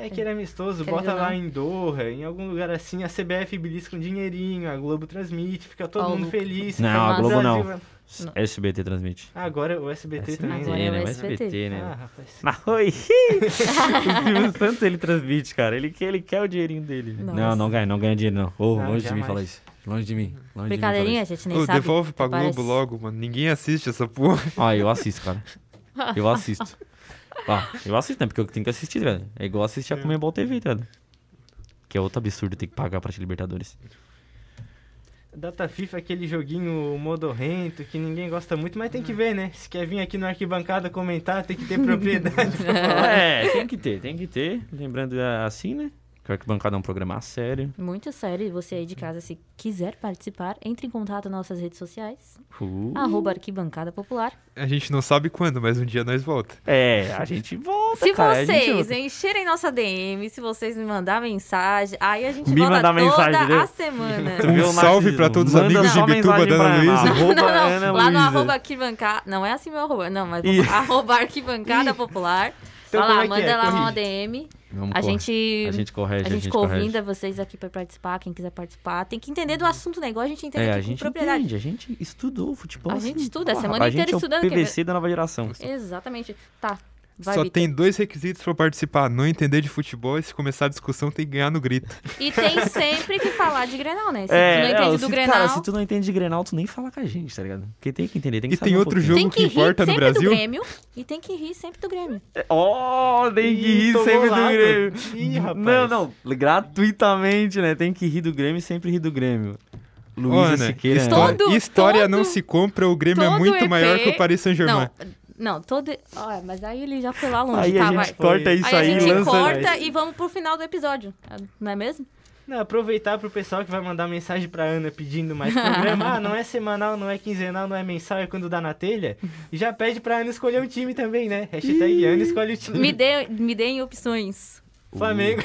Speaker 3: É que ele é amistoso,
Speaker 4: Querendo
Speaker 3: bota
Speaker 4: ou
Speaker 3: lá
Speaker 4: não.
Speaker 3: em Doha, em algum lugar assim, a CBF belisca um dinheirinho, a Globo transmite, fica todo
Speaker 4: Ó, o
Speaker 3: mundo
Speaker 4: Lucas.
Speaker 3: feliz.
Speaker 1: Não,
Speaker 3: fala,
Speaker 4: a Globo
Speaker 3: Brasil
Speaker 1: não.
Speaker 3: vai-
Speaker 4: Não.
Speaker 1: SBT transmite.
Speaker 3: Ah, agora o SBT também.
Speaker 4: Agora é
Speaker 1: né?
Speaker 4: o
Speaker 1: O
Speaker 4: SBT.
Speaker 1: SBT,
Speaker 3: Ah,
Speaker 1: né?
Speaker 3: rapaz.
Speaker 1: Mas oi! o Silvio Santos ele transmite, cara. Ele quer, ele quer o dinheirinho dele. né?
Speaker 4: Nossa.
Speaker 1: Não, não ganha, não ganha dinheiro, não. Ô,
Speaker 3: Não,
Speaker 1: longe de mim
Speaker 3: jamais.
Speaker 1: falar isso. Longe de mim. Longe de mim falar
Speaker 4: Brincadeirinha, a
Speaker 1: isso.
Speaker 4: gente nem
Speaker 2: Pô,
Speaker 4: sabe.
Speaker 2: devolve pra
Speaker 4: Até
Speaker 2: Globo
Speaker 4: parece.
Speaker 2: logo, mano. Ninguém assiste essa porra.
Speaker 1: Ah, eu assisto, cara. Eu assisto. Ah, eu assisto, né? Porque eu tenho que assistir, velho. É igual assistir a Comembol TV, tá? ligado? Que é outro absurdo ter que pagar pra te Libertadores.
Speaker 3: Data FIFA é aquele joguinho modorrento que ninguém gosta muito, mas tem que ver, né? Se quer vir aqui na arquibancada comentar, tem que ter propriedade.
Speaker 1: É, tem que ter, tem que ter. Lembrando é, assim, né? Que o Arquibancada é um programa a sério.
Speaker 4: Muito sério. E você aí de casa, se quiser participar, entre em contato nas nossas redes sociais.
Speaker 1: Uh.
Speaker 4: Arroba Arquibancada Popular.
Speaker 2: A gente não sabe quando, mas um dia nós volta.
Speaker 1: É, a gente volta,
Speaker 4: Se
Speaker 1: cara. a gente
Speaker 4: vocês
Speaker 1: volta.
Speaker 4: encherem nossa DM, se vocês me mandar mensagem, aí a gente
Speaker 1: Me
Speaker 4: volta
Speaker 1: mandar
Speaker 4: toda
Speaker 1: mensagem, entendeu?
Speaker 4: a semana.
Speaker 1: Tu vê o
Speaker 2: Um
Speaker 1: narcisismo.
Speaker 2: salve pra todos os
Speaker 1: Manda
Speaker 2: amigos
Speaker 1: só
Speaker 2: de Bituba,
Speaker 1: mensagem
Speaker 2: Dona
Speaker 1: pra
Speaker 2: Luísa.
Speaker 1: ela,
Speaker 4: Não,
Speaker 1: arroba Ana
Speaker 4: não, lá no
Speaker 1: Luísa.
Speaker 4: arroba arquibancada. Não é assim meu arroba, não, mas
Speaker 1: Ih.
Speaker 4: arroba arquibancada popular.
Speaker 3: Então,
Speaker 4: Vai lá,
Speaker 3: como é
Speaker 4: manda
Speaker 3: que é?
Speaker 4: lá uma
Speaker 3: Corrige.
Speaker 4: DM.
Speaker 1: Vamos
Speaker 4: A
Speaker 1: correr.
Speaker 4: gente,
Speaker 1: a gente corrige,
Speaker 4: a gente
Speaker 1: corrige.
Speaker 4: convida vocês aqui pra participar, quem quiser participar. Tem que entender do assunto, né? Igual a gente entende
Speaker 1: É,
Speaker 4: aqui
Speaker 1: a
Speaker 4: com
Speaker 1: gente
Speaker 4: propriedade.
Speaker 1: entende, a gente estudou futebol.
Speaker 4: A
Speaker 1: assim,
Speaker 4: gente estuda, a
Speaker 1: porra,
Speaker 4: semana inteira
Speaker 1: gente
Speaker 4: estudando,
Speaker 1: É
Speaker 4: quer
Speaker 1: o
Speaker 4: ver?
Speaker 1: PVC da nova geração.
Speaker 4: Exatamente. Tá, vai,
Speaker 2: Só
Speaker 4: Vitor.
Speaker 2: tem dois requisitos pra participar: não entender de futebol e se começar a discussão tem que ganhar no grito.
Speaker 4: E tem sempre que falar de Grenal, né? Se tu não entende
Speaker 1: é,
Speaker 4: do
Speaker 1: se,
Speaker 4: Grenal...
Speaker 1: Cara, se tu não entende de Grenal, tu nem fala com a gente, tá ligado? Porque tem que entender, tem que
Speaker 2: E
Speaker 1: saber
Speaker 2: tem
Speaker 1: um
Speaker 2: outro
Speaker 1: pouquinho.
Speaker 2: jogo
Speaker 4: Tem que
Speaker 2: que
Speaker 4: rir
Speaker 2: importa no
Speaker 4: sempre
Speaker 2: Brasil?
Speaker 4: do Grêmio e tem que rir sempre do Grêmio.
Speaker 1: Oh, tem que
Speaker 3: Ih,
Speaker 1: rir
Speaker 3: tomou
Speaker 1: sempre do
Speaker 3: lado.
Speaker 1: Grêmio.
Speaker 3: Ih, rapaz.
Speaker 1: Não, não, gratuitamente, né? Tem que rir do Grêmio e sempre rir do Grêmio.
Speaker 2: Ô,
Speaker 1: Luísa
Speaker 2: Ana,
Speaker 1: Siqueira. né?
Speaker 2: histó-
Speaker 4: né? Todo-
Speaker 2: história
Speaker 4: todo-
Speaker 2: não se compra, o Grêmio é
Speaker 4: todo
Speaker 2: muito
Speaker 4: EP
Speaker 2: maior que o Paris Saint-Germain.
Speaker 4: Não, não, todo... Ó, mas aí ele já foi lá longe,
Speaker 1: Aí
Speaker 4: tá?
Speaker 1: a
Speaker 4: vai.
Speaker 1: gente corta
Speaker 3: Aí
Speaker 1: isso
Speaker 4: aí a
Speaker 1: aí,
Speaker 4: gente
Speaker 1: lança.
Speaker 4: corta e vamos pro final do episódio, não é mesmo?
Speaker 3: Não, aproveitar pro pessoal que vai mandar mensagem pra Ana pedindo mais programa. ah, não é semanal, não é quinzenal, não é mensal, é quando dá na telha. E já pede pra Ana escolher um time também, né? Hashtag Ana escolhe o time.
Speaker 4: Me, dê, me deem opções.
Speaker 3: Flamengo,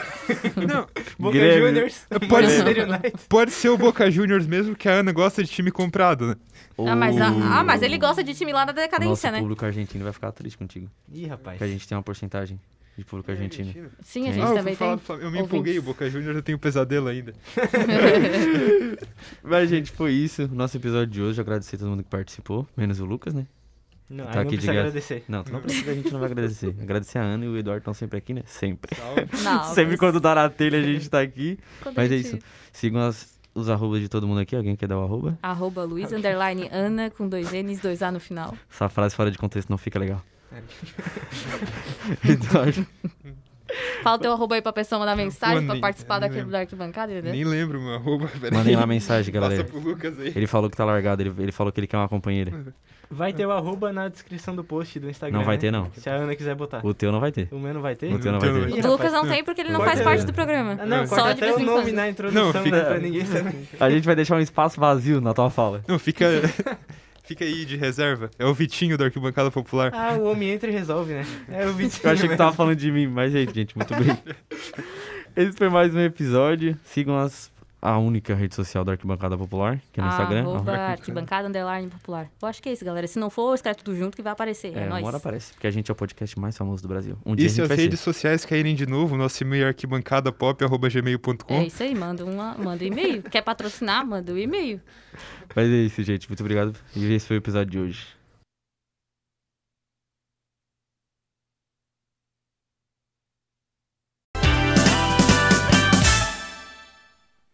Speaker 2: Não,
Speaker 3: Boca
Speaker 1: Grêmio.
Speaker 3: Juniors,
Speaker 2: Pode ser.
Speaker 3: Manchester United.
Speaker 2: pode ser o Boca Juniors mesmo, que a Ana gosta de time comprado, né?
Speaker 4: Ah, mas, a- ah, mas ele gosta de time lá da decadência,
Speaker 1: Nosso
Speaker 4: né?
Speaker 1: público argentino vai ficar triste contigo.
Speaker 3: Ih, rapaz.
Speaker 1: Porque a gente tem uma porcentagem de público argentino.
Speaker 4: Sim, a
Speaker 1: Tem.
Speaker 4: gente
Speaker 2: Ah, eu, fui
Speaker 4: também
Speaker 2: falar
Speaker 4: tem.
Speaker 2: do Flamengo. eu me
Speaker 4: ouvintes.
Speaker 2: empolguei, o Boca Juniors eu tenho pesadelo ainda.
Speaker 1: Mas, gente, foi isso. o Nosso episódio de hoje. Eu agradecer a todo mundo que participou, menos o Lucas, né?
Speaker 3: Não, aí
Speaker 1: Tá
Speaker 3: não
Speaker 1: aqui de
Speaker 3: precisa
Speaker 1: graça.
Speaker 3: agradecer.
Speaker 1: Não, tu não precisa, a gente não vai agradecer. Agradecer a Ana e o Eduardo estão sempre aqui, né? Sempre.
Speaker 2: Salve.
Speaker 4: Não,
Speaker 1: sempre
Speaker 4: mas
Speaker 1: quando dá na telha a gente tá aqui.
Speaker 4: quando a
Speaker 1: Mas é
Speaker 4: gente-
Speaker 1: isso. Sigam as os arrobas de todo mundo aqui. Alguém quer dar o arroba?
Speaker 4: Arroba Luiz, underline Ana, com dois N's, dois A no final.
Speaker 1: Essa frase fora de contexto não fica legal. É. Eduardo,
Speaker 4: Fala teu arroba aí pra pessoa mandar mensagem,
Speaker 2: Eu
Speaker 4: pra
Speaker 2: nem-
Speaker 4: participar
Speaker 2: eu
Speaker 4: da,
Speaker 2: nem lembro.
Speaker 4: da arquibancada, entendeu?
Speaker 2: Nem lembro meu arroba, peraí.
Speaker 1: mandem lá mensagem,
Speaker 2: Passa
Speaker 1: galera.
Speaker 2: pro Lucas aí.
Speaker 1: Ele falou que tá largado, ele, ele falou que ele quer uma companheira.
Speaker 3: Vai ter o arroba na descrição do post do Instagram.
Speaker 1: Não vai
Speaker 3: né?
Speaker 1: ter, não.
Speaker 3: Se a Ana quiser botar.
Speaker 1: O teu não vai ter.
Speaker 3: O meu não vai ter?
Speaker 1: É. O teu não vai ter.
Speaker 4: O do Lucas não tem porque ele não
Speaker 3: Pode
Speaker 4: faz
Speaker 3: ser.
Speaker 4: parte do programa.
Speaker 3: Ah, não,
Speaker 2: É.
Speaker 4: Só
Speaker 3: corta
Speaker 4: de
Speaker 3: até
Speaker 4: vez
Speaker 3: o
Speaker 4: em
Speaker 3: nome né?
Speaker 4: quando.
Speaker 3: na introdução
Speaker 2: Não, fica-
Speaker 3: da- pra ninguém saber.
Speaker 1: A gente vai deixar um espaço vazio na tua fala.
Speaker 2: Não, fica, fica aí de reserva. É o Vitinho da Arquibancada Popular.
Speaker 3: Ah, o homem entra e resolve, né? É o Vitinho.
Speaker 1: Eu achei que
Speaker 3: né?
Speaker 1: tava falando de mim, mas é isso, gente. Muito bem. Esse foi mais um episódio. Sigam as, a única rede social da Arquibancada Popular, que
Speaker 4: Ah,
Speaker 1: é no Instagram.
Speaker 4: Arroba
Speaker 1: arroba-
Speaker 4: arquibancada, underline popular. Eu acho que é isso, galera. Se não for, escreve tudo junto que vai aparecer. É,
Speaker 1: É,
Speaker 4: nóis.
Speaker 1: uma hora aparece, porque a gente é o podcast mais famoso do Brasil. Um dia
Speaker 2: E
Speaker 1: a
Speaker 2: se
Speaker 1: gente
Speaker 2: as
Speaker 1: vai
Speaker 2: redes
Speaker 1: ser.
Speaker 2: sociais caírem de novo, nosso e-mail é
Speaker 4: É
Speaker 2: arquibancadapop.gmail.com.
Speaker 4: isso aí, manda, uma, manda um e-mail. Quer patrocinar? Manda um e-mail.
Speaker 1: Mas é isso, gente. Muito obrigado. E esse foi o episódio de hoje.